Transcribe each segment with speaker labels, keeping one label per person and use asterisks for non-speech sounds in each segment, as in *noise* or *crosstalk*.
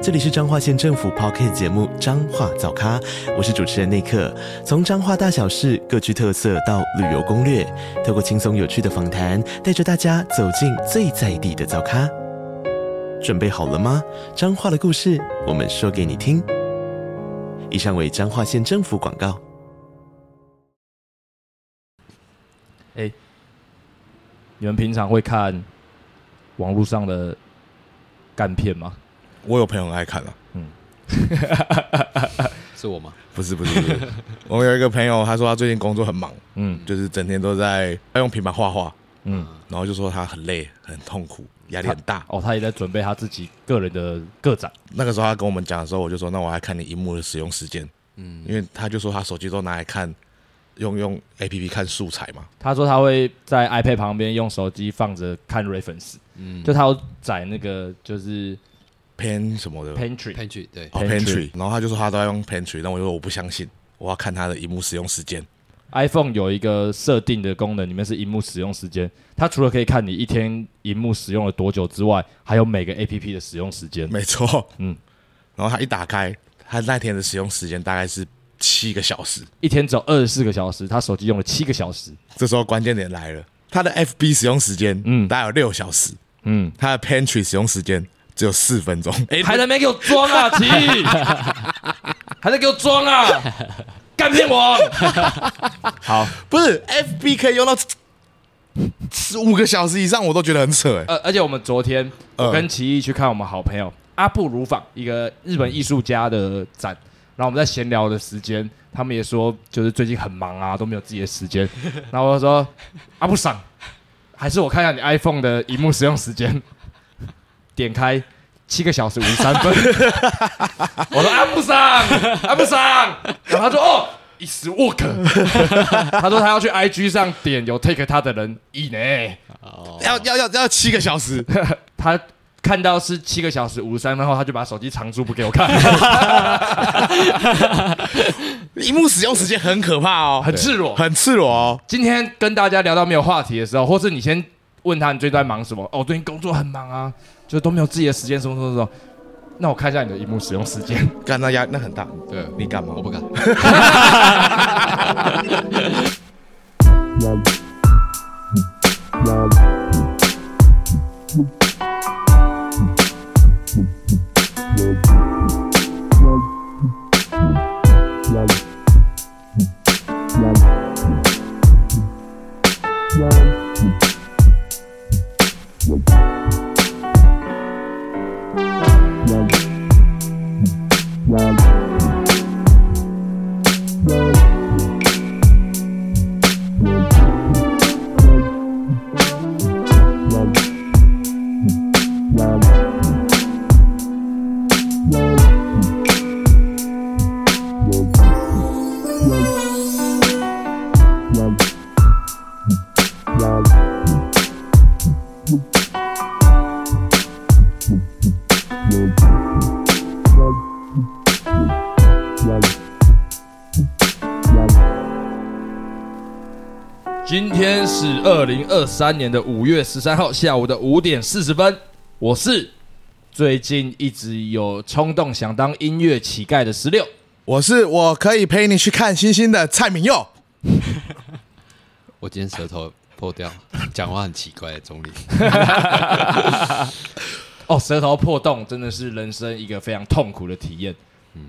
Speaker 1: 这里是彰化县政府 p o c k t 节目《彰化早咖》，我是主持人内克。从彰化大小事各具特色到旅游攻略，透过轻松有趣的访谈，带着大家走进最在地的早咖。准备好了吗？彰化的故事，我们说给你听。以上为彰化县政府广告。
Speaker 2: 你们平常会看网络上的干片吗？
Speaker 3: 我有朋友很爱看啊了、
Speaker 2: 嗯
Speaker 4: *laughs* 是我吗？
Speaker 3: 不是不是不
Speaker 4: *laughs*
Speaker 3: 是，我有一个朋友，他说他最近工作很忙，
Speaker 2: 嗯
Speaker 3: 就是整天都在他用平板画画，
Speaker 2: 嗯，
Speaker 3: 然后就说他很累、很痛苦、压力很大。
Speaker 2: 哦，他也在准备他自己个人的个展，
Speaker 3: 那个时候他跟我们讲的时候，我就说那我还看你荧幕的使用时间，
Speaker 4: 嗯，
Speaker 3: 因为他就说他手机都拿来看，用用 A P P 看素材嘛。
Speaker 2: 他说他会在 iPad 旁边用手机放着看 reference，
Speaker 4: 嗯
Speaker 2: 就他有载那个就是
Speaker 3: Pen 什么的
Speaker 2: pantry，
Speaker 4: Pantry 对，
Speaker 3: 哦
Speaker 2: Pantry
Speaker 3: Pantry，然后他就说他都在用 Pantry，那我就说我不相信，我要看他的荧幕使用时间。
Speaker 2: iPhone 有一个设定的功能，里面是荧幕使用时间。它除了可以看你一天荧幕使用了多久之外，还有每个 APP 的使用时间。
Speaker 3: 没错，
Speaker 2: 嗯
Speaker 3: 嗯，然后他一打开，他那天的使用时间大概是七个小时。
Speaker 2: 一天只有二十四个小时，他手机用了七个小时。
Speaker 3: 这时候关键点来了，他的 FB 使用时间，
Speaker 2: 嗯
Speaker 3: 嗯，大概有六小时，
Speaker 2: 嗯，
Speaker 3: 他的 Pantry 使用时间只有四分钟。哎、
Speaker 2: 还在那边给我装啊，奇，还在给我装啊，干骗我！啊好，
Speaker 3: 不是 FB 可以用到十五个小时以上，我都觉得很扯哎、
Speaker 2: 呃，而且我们昨天
Speaker 3: 嗯
Speaker 2: 我跟奇艺去看我们好朋友阿布鲁坊一个日本艺术家的展，然后我们在闲聊的时间，他们也说就是最近很忙啊，都没有自己的时间。然后我就说阿布赏，还是我看一下你 iPhone 的荧幕使用时间，点开七个小时五十三分。我说阿布赏，阿布赏，然后他说哦。一时 work，他 *laughs* 说他要去 IG 上点有 take 他的人一呢，
Speaker 4: 哦，
Speaker 3: 要要要要七个小时，
Speaker 2: 他看到是七个小时五十三分后，他就把手机藏住不给我看， *laughs*
Speaker 3: 荧幕使用时间很可怕哦，
Speaker 2: 很赤裸。
Speaker 3: 很赤裸哦。
Speaker 2: 今天跟大家聊到没有话题的时候，或是你先问他你最近在忙什么？哦，最近工作很忙啊，就都没有自己的时间，什么什么什么。那我看一下你的荧幕使用时间。
Speaker 3: 干那压那很大，
Speaker 4: 对，
Speaker 3: 你干嘛
Speaker 4: 我？不敢。
Speaker 2: 今天是二零二三年的五月十三号下午的五点四十分，我是最近一直有冲动想当音乐乞丐的十六。
Speaker 3: 我是我可以陪你去看星星的蔡明佑。
Speaker 4: 我今天舌头破
Speaker 2: *laughs*
Speaker 4: 掉，讲话很奇怪的中立。
Speaker 2: 哦，舌头破洞真的是人生一个非常痛苦的体验。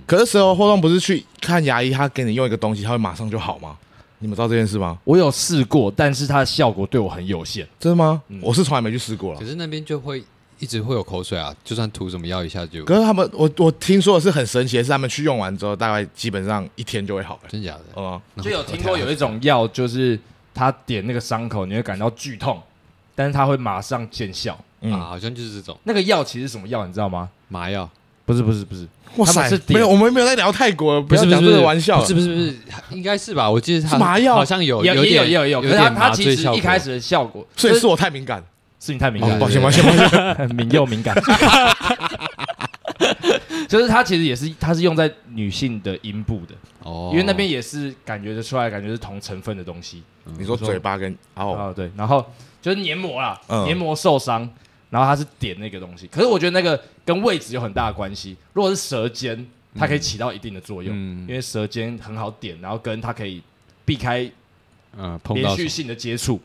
Speaker 3: 可是舌头活动不是去看牙医，他给你用一个东西，他会马上就好吗？你们知道这件事吗？
Speaker 2: 我有试过，但是它的效果对我很有限。
Speaker 3: 真的吗？我是从来没去试过了
Speaker 4: 可。是那边就会一直会有口水啊，就算涂什么药一下就
Speaker 3: 可是他们，我我听说的是很神奇的是，他们去用完之后，大概基本上一天就会好了。
Speaker 4: 真假的。
Speaker 3: 哦、
Speaker 2: 就有听过有一种药，就是它点那个伤口，你会感到剧痛，但是它会马上见效。
Speaker 3: 嗯
Speaker 4: 啊，好像就是这种
Speaker 2: 那个药其实是什么药，你知道吗？
Speaker 4: 麻药，
Speaker 2: 不是不是不是，
Speaker 3: 哇
Speaker 2: 他们
Speaker 3: 塞
Speaker 2: 是，点
Speaker 3: 没有，我们没有在聊泰国，
Speaker 4: 不
Speaker 3: 要
Speaker 4: 是不
Speaker 3: 讲
Speaker 4: 是
Speaker 3: 这个玩笑
Speaker 4: 不，是不是不是，应该是吧？我记得他
Speaker 3: 是麻药
Speaker 4: 好像有
Speaker 2: 也
Speaker 4: 有
Speaker 2: 也有
Speaker 4: 点
Speaker 2: 也有也有，可是他
Speaker 4: 点
Speaker 2: 他
Speaker 4: 麻醉
Speaker 2: 其实
Speaker 4: 效
Speaker 2: 一
Speaker 4: 果。
Speaker 2: 开始的效果，
Speaker 3: 所以
Speaker 2: 就是
Speaker 3: 我太敏感。
Speaker 2: 是你太敏
Speaker 3: 哦
Speaker 2: 感，了。
Speaker 3: 抱歉，抱歉，抱
Speaker 2: *laughs*
Speaker 3: 歉。
Speaker 2: 敏又敏感， *laughs* 就是它其实也是，它是用在女性的阴部的，
Speaker 4: 哦
Speaker 2: 因为那边也是感觉得出来，感觉是同成分的东西
Speaker 3: 你说嘴巴跟哦，
Speaker 2: 啊，对，然后就是黏膜啦，
Speaker 3: 嗯
Speaker 2: 黏膜受伤，然后它是点那个东西，可是我觉得那个跟位置有很大的关系，如果是舌尖，它可以起到一定的作用，
Speaker 4: 嗯
Speaker 2: 因为舌尖很好点，然后跟它可以避开
Speaker 4: 嗯碰
Speaker 2: 连
Speaker 4: 到
Speaker 2: 续
Speaker 4: 手
Speaker 2: 性的接触，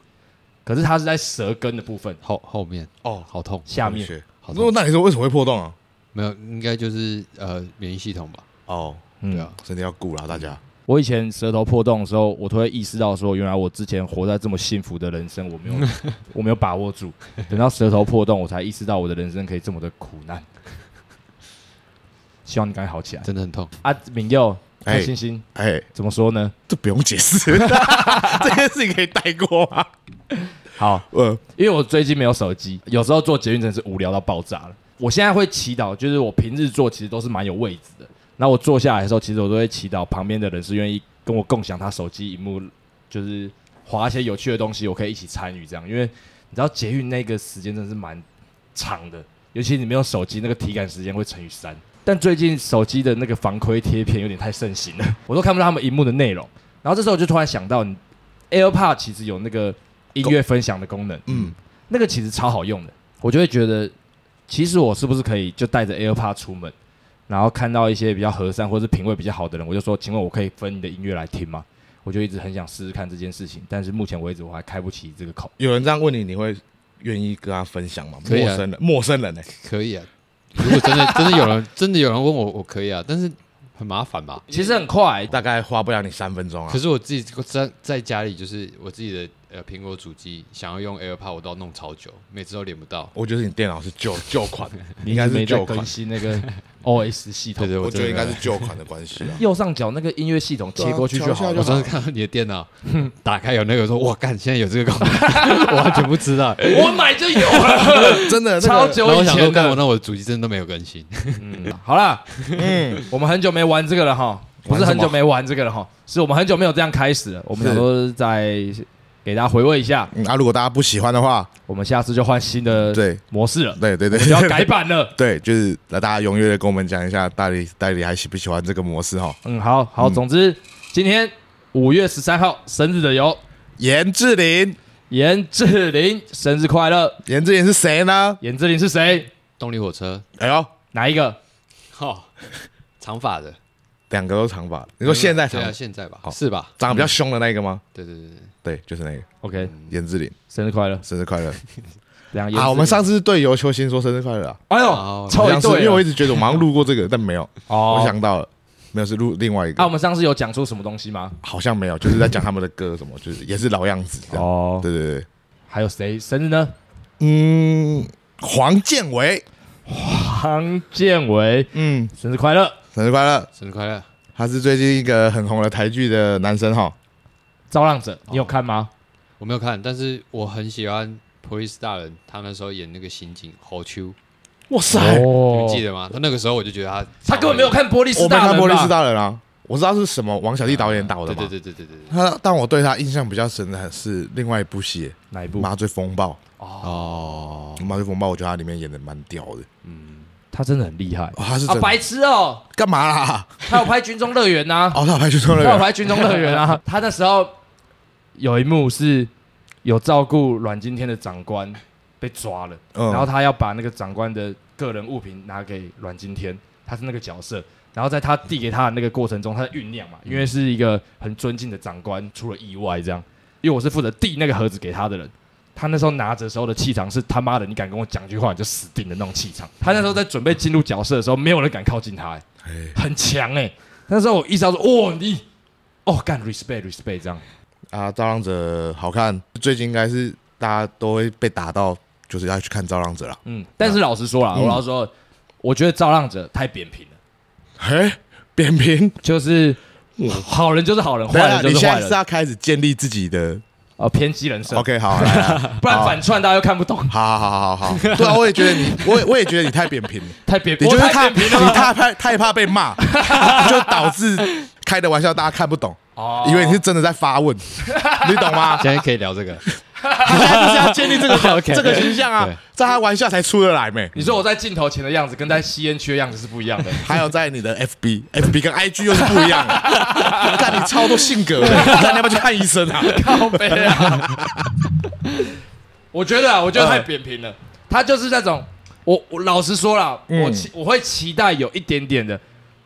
Speaker 2: 可是它是在舌根的部分
Speaker 4: 后后面
Speaker 3: 哦，
Speaker 4: 好痛，
Speaker 2: 下面，
Speaker 3: 学
Speaker 4: 好痛
Speaker 3: 那那你说为什么会破洞啊？
Speaker 4: 没有应该就是呃免疫系统吧？
Speaker 3: 哦，
Speaker 2: 嗯
Speaker 4: 对啊，
Speaker 3: 真的要顾啦，大家。
Speaker 2: 我以前舌头破洞的时候，我都会意识到说，原来我之前活在这么幸福的人生，我没 *laughs* 有，我没有把握住。等到舌头破洞，我才意识到我的人生可以这么的苦难。 *laughs* 希望你赶快好起来。
Speaker 4: 真的很痛。
Speaker 2: 啊，敏佑，
Speaker 3: 哎
Speaker 2: 开星星、
Speaker 3: 哎，
Speaker 2: 怎么说呢？
Speaker 3: 这不用解释， *laughs* 这件事情可以带过吗？
Speaker 2: 好，
Speaker 3: 呃，
Speaker 2: 因为我最近没有手机，有时候做捷运真的是无聊到爆炸了。我现在会祈祷，就是我平日做其实都是蛮有位置的。那我坐下来的时候，其实我都会祈祷旁边的人是愿意跟我共享他手机荧幕，就是划一些有趣的东西，我可以一起参与这样。因为你知道捷运那个时间真的是蛮长的，尤其你没有手机，那个体感时间会乘以三。但最近手机的那个防窥贴片有点太盛行了，我都看不到他们荧幕的内容。然后这时候我就突然想到，你 AirPod 其实有那个音乐分享的功能，
Speaker 3: 嗯，
Speaker 2: 那个其实超好用的，我就会觉得，其实我是不是可以就带着 AirPod 出门，然后看到一些比较和善或是品味比较好的人，我就说，请问我可以分你的音乐来听吗？我就一直很想试试看这件事情，但是目前为止我还开不起这个口。
Speaker 3: 有人这样问你，你会愿意跟他分享吗？
Speaker 4: 可以啊
Speaker 3: 陌生人，陌生人呢？欸
Speaker 4: 可以啊，如果真的真的有人 *laughs* 真的有人问我，我可以啊，但是很麻烦吧？
Speaker 2: 其实很快，
Speaker 3: 大概花不了你三分钟啊
Speaker 4: 可。是我自己在在家里，就是我自己的呃苹果主机，想要用 AirPod，我都要弄超久，每次都连不到。
Speaker 3: 我觉得你电脑是旧旧款，
Speaker 2: 你
Speaker 3: 应该是
Speaker 2: 没在
Speaker 3: 旧款
Speaker 2: 更，新那 *laughs* 个 OS 系
Speaker 4: 对
Speaker 2: 统，
Speaker 4: 对，
Speaker 3: 我觉
Speaker 4: 真
Speaker 3: 得
Speaker 4: 的
Speaker 3: 应该是旧款的关
Speaker 2: *laughs*。
Speaker 3: 系啊
Speaker 2: 右上角那个音乐系统切过去就好
Speaker 3: 对啊调
Speaker 4: 我
Speaker 3: 一下
Speaker 2: 了。
Speaker 4: 上次看到你的电脑打开有那个说，哇干，现在有这个功能，我完全不知道。
Speaker 2: 我买就有了， *laughs*
Speaker 3: 真的，那
Speaker 2: 超
Speaker 3: 个
Speaker 4: 然后
Speaker 2: 久
Speaker 4: 我
Speaker 2: 以
Speaker 4: 想说，
Speaker 2: 前
Speaker 4: 干我
Speaker 2: 的。
Speaker 4: 那我的主机真的都没有更新。
Speaker 2: 嗯好啦，
Speaker 3: 嗯，
Speaker 2: *laughs* 我们很久没玩这个了哈，不是很久没玩这个了哈，是我们很久没有这样开始了。我们想说再给大家回味一下，
Speaker 3: 嗯啊，如果大家不喜欢的话，
Speaker 2: 我们下次就换新的
Speaker 3: 对
Speaker 2: 模式了，
Speaker 3: 对对对，
Speaker 2: 就要
Speaker 3: *laughs*
Speaker 2: 改版了。
Speaker 3: 对，就是来大家踊跃的跟我们讲一下，到底到底还喜不喜欢这个模式哈？
Speaker 2: *laughs* 嗯，好好，总之今天五月十三号生日的有
Speaker 3: 严志林，
Speaker 2: 严志玲，生日快乐！
Speaker 3: 严志林是谁呢？
Speaker 2: 严志玲是谁？
Speaker 4: 动力火车，
Speaker 3: 哎呦，
Speaker 2: 哪一个？
Speaker 4: 哦，长发的，
Speaker 3: 两个都长发，你说现在长
Speaker 4: 对啊，现在吧
Speaker 3: 好，
Speaker 4: 是吧？
Speaker 3: 长得比较凶的那个吗？
Speaker 4: 对对对对，
Speaker 3: 对，就是那个
Speaker 2: OK，
Speaker 3: 严志林，
Speaker 2: 生日快乐！
Speaker 3: 生日快乐！
Speaker 2: 两
Speaker 3: 啊，我们上次对游秋星说生日快乐啊，
Speaker 2: 哎呦
Speaker 4: 哦，
Speaker 2: 凑
Speaker 3: 上
Speaker 2: 一
Speaker 3: 次因
Speaker 2: 对
Speaker 3: 为我一
Speaker 2: 了
Speaker 3: 直觉得我忙路过这个，但没有，
Speaker 2: 哦
Speaker 3: 我想到了，没有是录另外一
Speaker 2: 啊，
Speaker 3: 个
Speaker 2: 我，们上次有讲出什么东西吗？
Speaker 3: 好像没有，就是在讲他们的歌什么，就是也是老样子这样。
Speaker 2: 哦，
Speaker 3: 对对对，
Speaker 2: 还有谁生日呢？
Speaker 3: 嗯，黄建伟，
Speaker 2: 康健伟
Speaker 3: 嗯，
Speaker 2: 生日快乐！
Speaker 3: 生日快乐！
Speaker 4: 生日快乐！
Speaker 3: 他是最近一个很红的台剧的男生哈，
Speaker 2: 造浪者，你有看吗？
Speaker 4: 我没有看，但是我很喜欢 Police 大人，他那时候演那个刑警侯秋，
Speaker 3: 哇塞
Speaker 4: 你
Speaker 2: 哦
Speaker 4: 们记得吗？他那个时候我就觉得他
Speaker 2: 他根本没有看《玻璃
Speaker 3: 我
Speaker 2: 斯
Speaker 3: 没
Speaker 2: 大
Speaker 3: 看
Speaker 2: 人》
Speaker 3: 《玻璃
Speaker 2: 吧
Speaker 3: 斯大人》啊，我知道是什么王小利导演导的嘛。
Speaker 4: 对对对对对对对。
Speaker 3: 他，但我对他印象比较深的是另外一部戏
Speaker 2: 哪一
Speaker 3: 《
Speaker 2: 部？
Speaker 3: 麻醉风暴》。
Speaker 4: 哦，
Speaker 3: 《麻醉风暴》，我觉得他里面演的蛮屌的。
Speaker 2: 他真的很厉害
Speaker 3: 哦，他是
Speaker 2: 啊
Speaker 3: 真！的
Speaker 2: 白痴哦，
Speaker 3: 干嘛啦？
Speaker 2: 他有拍《军中乐园》呐，
Speaker 3: *laughs* 哦，他有拍《去中乐
Speaker 2: 他有
Speaker 3: 园》。
Speaker 2: 拍《军中乐园》啊。他那时候有一幕是有照顾阮经天的长官被抓了，
Speaker 3: 嗯
Speaker 2: 然后他要把那个长官的个人物品拿给阮经天，他是那个角色。然后在他递给他的那个过程中，他在酝酿嘛，因为是一个很尊敬的长官出了意外，这样。因为我是负责递那个盒子给他的人，他那时候拿着时候的气场是他妈的，你敢跟我讲句话你就死定的那种气场。他那时候在准备进入角色的时候，没有人敢靠近他、欸
Speaker 3: 哎
Speaker 2: 很强哎、那时候我意识到说，哇，你哦，干 respect respect 这样，
Speaker 3: 啊，《造浪者》好看，最近应该是大家都会被打到，就是要去看《造浪者》
Speaker 2: *laughs*
Speaker 3: 啦。
Speaker 2: 嗯。但是老实说啦，
Speaker 3: 嗯
Speaker 2: 我老实说，我觉得造浪者太扁平了，
Speaker 3: 嘿，扁平。
Speaker 2: 就是好人就是好人，
Speaker 3: 对
Speaker 2: 坏
Speaker 3: 啊，
Speaker 2: 人
Speaker 3: 你
Speaker 2: 就
Speaker 3: 现
Speaker 2: 是坏
Speaker 3: 在是哦
Speaker 2: 人。
Speaker 3: 要开始建立自己的
Speaker 2: 呃偏激人设
Speaker 3: OK，好， *laughs* 来来
Speaker 2: 不然
Speaker 3: 好
Speaker 2: 反串大家又看不懂，
Speaker 3: 好好好
Speaker 2: *laughs*
Speaker 3: 好好，对啊，我也觉得你，我也我也觉得你太扁平了，
Speaker 2: 太扁，
Speaker 3: 你就
Speaker 2: 我
Speaker 3: 是
Speaker 2: 太
Speaker 3: 太
Speaker 2: 扁平
Speaker 3: 你
Speaker 2: 了吧。
Speaker 3: 太怕太怕被骂， *laughs* 就导致开的玩笑大家看不懂，
Speaker 2: 哦
Speaker 3: 以为你是真的在发问，你
Speaker 2: *laughs*
Speaker 3: 懂吗？
Speaker 4: 现在可以聊这个，
Speaker 3: 你现在就是要建立这个
Speaker 4: OK
Speaker 3: 这个形象啊
Speaker 4: 对，
Speaker 3: 在他玩笑才出得来没？
Speaker 2: 你说我在镜头前的样子跟在吸烟区的样子是不一
Speaker 3: *laughs*
Speaker 2: 样的，
Speaker 3: 还有在你的 FB、FB 跟 IG 又是不一样的， *laughs* 看你超多性格的，看你要不要去看医生啊？
Speaker 2: 靠背啊！我觉得啊，我觉得
Speaker 3: 嗯
Speaker 2: 太扁平了。他就是那种，我我老实说啦，
Speaker 3: 嗯
Speaker 2: 我期我会期待有一点点的，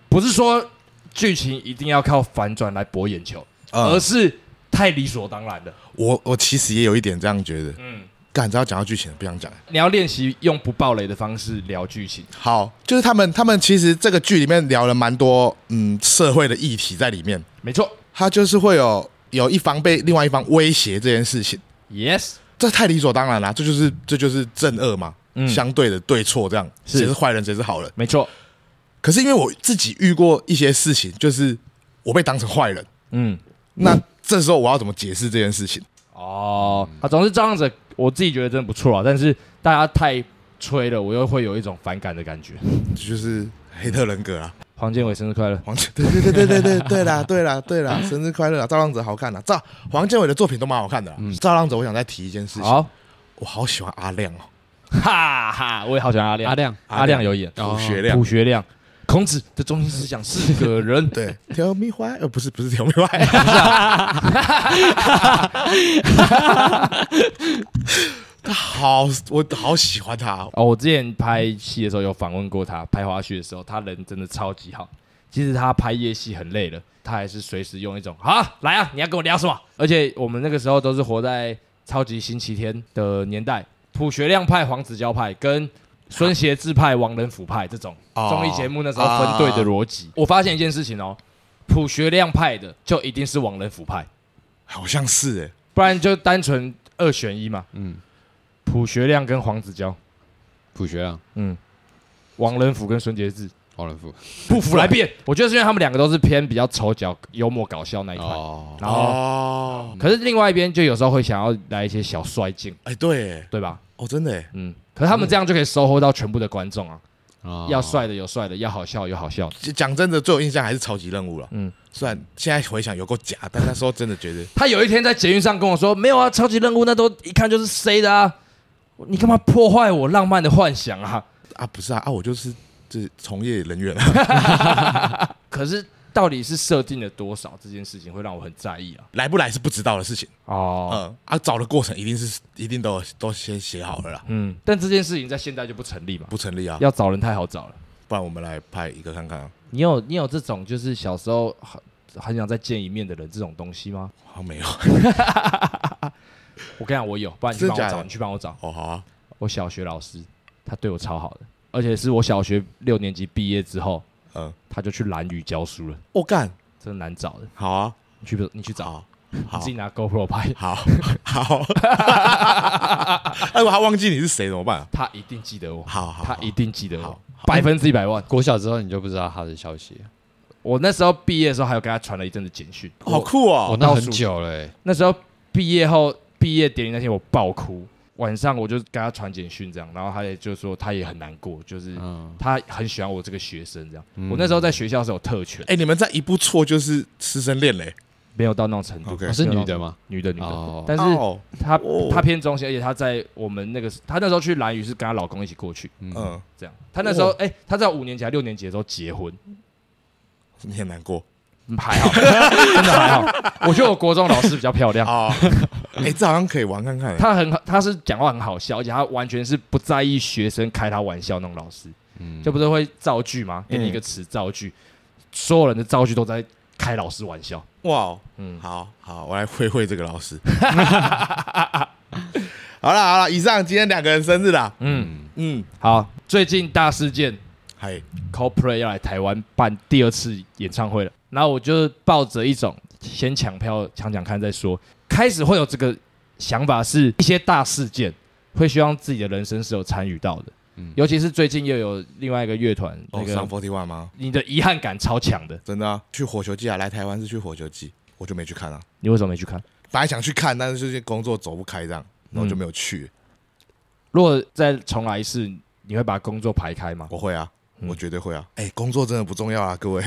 Speaker 2: 不是说剧情一定要靠反转来博眼球，
Speaker 3: 嗯
Speaker 2: 而是太理所当然了。
Speaker 3: *laughs* 我我其实也有一点这样觉得，
Speaker 2: 嗯
Speaker 3: 嗯，干，只要讲到剧情了不想讲了。
Speaker 2: 你要练习用不暴雷的方式聊剧情，
Speaker 3: 好，就是他们他们其实这个剧里面聊了蛮多嗯社会的议题在里面，
Speaker 2: 没错。
Speaker 3: 他就是会有有一方被另外一方威胁这件事情，
Speaker 2: Yes，
Speaker 3: 这太理所当然啦，这就是这就是正恶嘛，
Speaker 2: 嗯
Speaker 3: 相对的对错这样，
Speaker 2: 是
Speaker 3: 谁是坏人谁是好人。
Speaker 2: 没错。
Speaker 3: 可是因为我自己遇过一些事情，就是我被当成坏人，
Speaker 2: 嗯，
Speaker 3: 那这时候我要怎么解释这件事情？
Speaker 2: 哦，啊，总之这样子，我自己觉得真的不错啊。但是大家太吹了，我又会有一种反感的感觉。
Speaker 3: 这就是黑特人格啊，
Speaker 2: 黄建伟生日快乐！
Speaker 3: 黄建对对对对对对对 *laughs* 啦对啦对啦，生日快乐啊！赵浪者好看啊，赵黄建伟的作品都蛮好看的啦。赵浪者，我想再提一件事情，
Speaker 2: 好， *laughs*
Speaker 3: 我嗯好喜欢阿亮哦，
Speaker 2: 哈哈，我也好喜欢阿亮，
Speaker 4: 阿亮
Speaker 2: 阿亮有演
Speaker 4: 哦
Speaker 3: 朴学亮，
Speaker 2: 朴。学亮。孔子的中心思想是个人 *laughs*
Speaker 3: 对，Tell me why，呃，不是不是 Tell me *laughs* why，他好，我好喜欢他哦，
Speaker 2: 哦，我之前拍戏的时候有访问过他，拍花絮的时候，他人真的超级好。其实他拍夜戏很累了，他还是随时用一种“好啊来啊，你要跟我聊什么？”而且我们那个时候都是活在超级星期天的年代，朴学亮派、黄子佼派跟孙协志派、王仁甫派这种
Speaker 3: 哦
Speaker 2: 综艺节目那时候分队的逻辑。我发现一件事情哦，朴学亮派的就一定是王仁甫派，
Speaker 3: 好像是哎，
Speaker 2: 不然就单纯二选一嘛。
Speaker 4: 嗯，
Speaker 2: 朴学亮跟黄子佼，
Speaker 4: 朴学亮、
Speaker 2: 嗯，王仁甫跟孙杰志，
Speaker 4: 黄仁富，
Speaker 2: 不服来辩。我觉得是因为他们两个都是偏比较丑角、幽默搞笑那一块，
Speaker 4: 哦，
Speaker 2: 然后、
Speaker 3: 哦，
Speaker 2: 可是另外一边就有时候会想要来一些小衰劲，
Speaker 3: 哎，对耶，
Speaker 2: 对吧？
Speaker 3: 哦，真的耶，
Speaker 2: 嗯，可是他们这样就可以收获到全部的观众啊，
Speaker 4: 哦
Speaker 2: 要帅的有帅的，要好笑有好笑的。
Speaker 3: 讲真的，最有印象还是超级任务了，
Speaker 2: 嗯
Speaker 3: 嗯，虽然现在回想有够假，但那时候真的觉得，
Speaker 2: 他有一天在捷运上跟我说：“没有啊，超级任务那都一看就是 C 的啊，你干嘛破坏我浪漫的幻想啊
Speaker 3: 啊，不是啊，啊，我就是就是从业人员啊，？”
Speaker 2: 可是到底是设定了多少这件事情会让我很在意啊。
Speaker 3: 来不来是不知道的事情，
Speaker 2: 哦，
Speaker 3: 嗯，啊，找的过程一定是一定都有都先写好了啦，
Speaker 2: 嗯，但这件事情在现在就不成立嘛，
Speaker 3: 不成立啊，
Speaker 2: 要找人太好找了。
Speaker 3: 不然我们来拍一个看看啊，
Speaker 2: 你有你有这种就是小时候很很想再见一面的人这种东西吗？
Speaker 3: 好像哦
Speaker 2: *laughs*
Speaker 3: 没有，
Speaker 2: 我跟你讲，我有，不然你去帮我
Speaker 3: 真的假
Speaker 2: 找，
Speaker 3: 的
Speaker 2: 你去帮我找。
Speaker 3: 哦，好啊。
Speaker 2: 我小学老师他对我超好的，而且是我小学六年级毕业之后，
Speaker 3: 嗯，
Speaker 2: 他就去蓝屿教书了，
Speaker 3: 我、干，
Speaker 2: 真的难找的。
Speaker 3: 好啊，
Speaker 2: 你去你去找，
Speaker 3: 好，
Speaker 2: 你
Speaker 3: 好
Speaker 2: 自，己拿 GoPro
Speaker 3: *laughs*
Speaker 2: 拍，
Speaker 3: 好，好。哎，我还忘记你是谁，怎么办、啊？
Speaker 2: 他一定记得我，
Speaker 3: 好好，
Speaker 2: 他一定记得我
Speaker 3: 好，
Speaker 2: 百分之一百万。
Speaker 4: 国小之后你就不知道他的消息了，
Speaker 2: 我那时候毕业的时候还有跟他传了一阵子简讯，
Speaker 3: 好酷
Speaker 4: 哦
Speaker 3: 哦！，
Speaker 4: 那
Speaker 2: 倒
Speaker 4: 很
Speaker 2: 数
Speaker 4: 久了欸，
Speaker 2: 那时候毕业后毕业典礼那天我爆哭，晚上我就跟他传简讯这样，然后他也就说他也很难过，就是
Speaker 4: 嗯，
Speaker 2: 他很喜欢我这个学生这样。我那时候在学校是有特权，
Speaker 3: 哎、你们在一步错就是师生恋嘞。
Speaker 2: 没有到那种程度。
Speaker 3: OK
Speaker 4: 哦我是女的吗？
Speaker 2: 女的女的，
Speaker 4: 哦，
Speaker 2: 但是
Speaker 3: 哦
Speaker 2: 她
Speaker 3: 哦
Speaker 2: 她偏中性，而且她在我们那个她那时候去兰屿是跟她老公一起过去，
Speaker 4: 嗯，
Speaker 3: 嗯，
Speaker 2: 这样。她那时候
Speaker 3: 哦
Speaker 2: 哎，她在五年级还六年级的时候结婚，
Speaker 3: 你很难过
Speaker 2: 嗯还好， *laughs* 真的还好。我觉得我国中老师比较漂亮，
Speaker 3: 哦。 *laughs* 哎、这好像可以玩看看、
Speaker 2: 他很好，他是讲话很好笑，而且他完全是不在意学生开他玩笑那种老师，
Speaker 4: 嗯
Speaker 2: 就不是会造句吗？给你一个词造句，所有人的造句都在开老师玩笑。
Speaker 3: 哇、哦，
Speaker 2: 嗯，
Speaker 3: 好好，我来会会这个老师。 *laughs* 好了好了，以上今天两个人生日啦。
Speaker 2: 嗯，
Speaker 3: 嗯，
Speaker 2: 好，最近大事件
Speaker 3: 嗨，
Speaker 2: ，CoPlay 要来台湾办第二次演唱会了，然后我就抱着一种先抢票抢抢看再说，开始会有这个想法，是一些大事件会希望自己的人生是有参与到的，
Speaker 4: 嗯
Speaker 2: 尤其是最近又有另外一个乐团那
Speaker 3: 哦，
Speaker 2: 个
Speaker 3: 上 Forty One 吗？
Speaker 2: 你的遗憾感超强的，
Speaker 3: 真的啊、去火球季啊，来台湾是去火球季，我就没去看啊。
Speaker 2: 你为什么没去看？
Speaker 3: 本来想去看，但是就是工作走不开这样，然后就
Speaker 2: 嗯
Speaker 3: 没有去。
Speaker 2: 如果再重来一次，你会把工作排开吗？
Speaker 3: 我会啊，
Speaker 2: 嗯
Speaker 3: 我绝对会啊。哎、工作真的不重要啊，各位，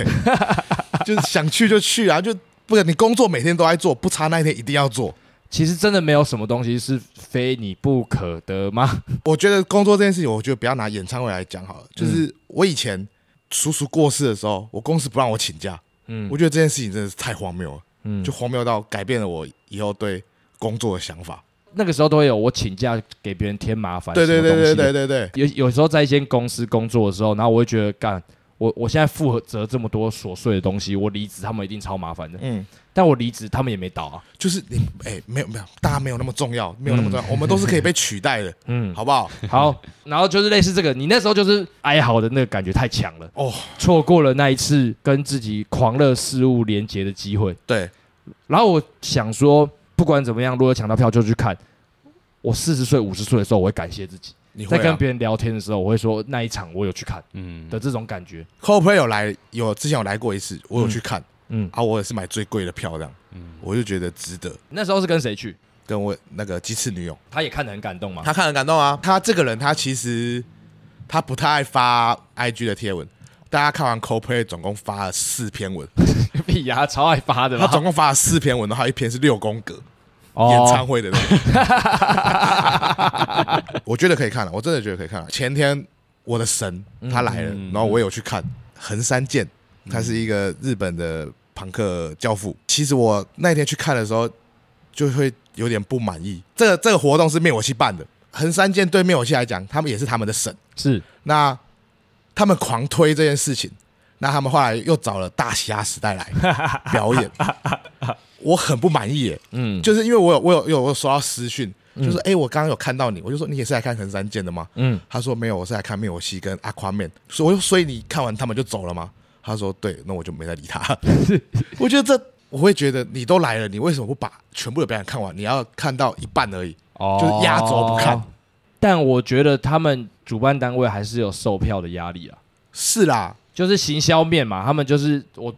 Speaker 3: *laughs* 就是想去就去啊，就不然你工作每天都在做，不差那一天一定要做。
Speaker 2: 其实真的没有什么东西是非你不可的吗？
Speaker 3: 我觉得工作这件事情，我觉得不要拿演唱会来讲好
Speaker 2: 嗯
Speaker 3: 了。就是我以前叔叔过世的时候，我公司不让我请假，
Speaker 2: 嗯，
Speaker 3: 我觉得这件事情真的是太荒谬了，
Speaker 2: 嗯
Speaker 3: 就荒谬到改变了我以后对工作的想法。
Speaker 2: 那个时候都会有我请假给别人添麻烦，
Speaker 3: 对对
Speaker 2: 什么
Speaker 3: 对
Speaker 2: 东西
Speaker 3: 对
Speaker 2: 的
Speaker 3: 对对对，
Speaker 2: 有有时候在一间公司工作的时候，然后我会觉得干，我我现在负责这么多琐碎的东西，我离职他们一定超麻烦的。
Speaker 3: 嗯，
Speaker 2: 但我离职他们也没倒啊。
Speaker 3: 就是你哎、没有没有，大家没有那么重要，没有那么重要，我们都是可以被取代的，
Speaker 2: 嗯，
Speaker 3: 好不好？ *laughs*
Speaker 2: 好，然后就是类似这个，你那时候就是哀嚎的那个感觉太强了，
Speaker 3: 哦，
Speaker 2: 错过了那一次跟自己狂热事物连接的机会。
Speaker 3: 对，
Speaker 2: 然后我想说，不管怎么样，如果抢到票就去看。我四十岁、五十岁的时候，我会感谢自己。
Speaker 3: 你会、
Speaker 2: 在
Speaker 3: 啊、
Speaker 2: 跟别人聊天的时候，我会说那一场我有去看
Speaker 4: 嗯，
Speaker 2: 的这种感觉。
Speaker 3: Coldplay 有来，有之前有来过一次，我有去看、
Speaker 2: 嗯，
Speaker 3: 啊，我也是买最贵的票这样，
Speaker 4: 嗯
Speaker 3: 我就觉得值得。
Speaker 2: 那时候是跟谁去？
Speaker 3: 跟我那个鸡翅女友，
Speaker 2: 他也看得很感
Speaker 3: *laughs*
Speaker 2: 动嘛。
Speaker 3: 她看很感动啊。她这个人，她其实她不太爱发 IG 的贴文。大家看完 Coldplay 总共发了四篇文，
Speaker 2: 屁呀、超爱发的
Speaker 3: 她
Speaker 2: 啦。
Speaker 3: 总共发了四篇文，然后一篇是六宫格、
Speaker 2: 哦
Speaker 3: *laughs* 演唱会的那个。 *laughs* 我觉得可以看了、我真的觉得可以看了、前天我的神他来了，然后我有去看横山健，他是一个日本的朋克教父。其实我那天去看的时候，就会有点不满意。这个这个活动是灭火器办的，横山健对灭火器来讲，他们也是他们的神。
Speaker 2: *laughs* 是
Speaker 3: 那他们狂推这件事情，那他们后来又找了大嘻哈时代
Speaker 2: *laughs*
Speaker 3: 来表演，我很不满意耶。
Speaker 2: 嗯
Speaker 3: 就是因为我有我有有有收到私讯，就是哎、诶我刚刚有看到你，我就说你也是来看横山健的吗？
Speaker 2: 嗯
Speaker 3: 他说没有，我是来看灭火器跟阿夸面，所以我就所以你看完他们就走了吗？他说对，那我就没再理
Speaker 2: *laughs*
Speaker 3: 他。我觉得这我会觉得你都来了，你为什么不把全部的表演看完？你要看到一半而已，
Speaker 2: 哦
Speaker 3: *laughs* 就是压轴不看。
Speaker 2: 但我觉得他们主办单位还是有售票的压力啊，
Speaker 3: 是啦，
Speaker 2: 就是行销面嘛。他们就是我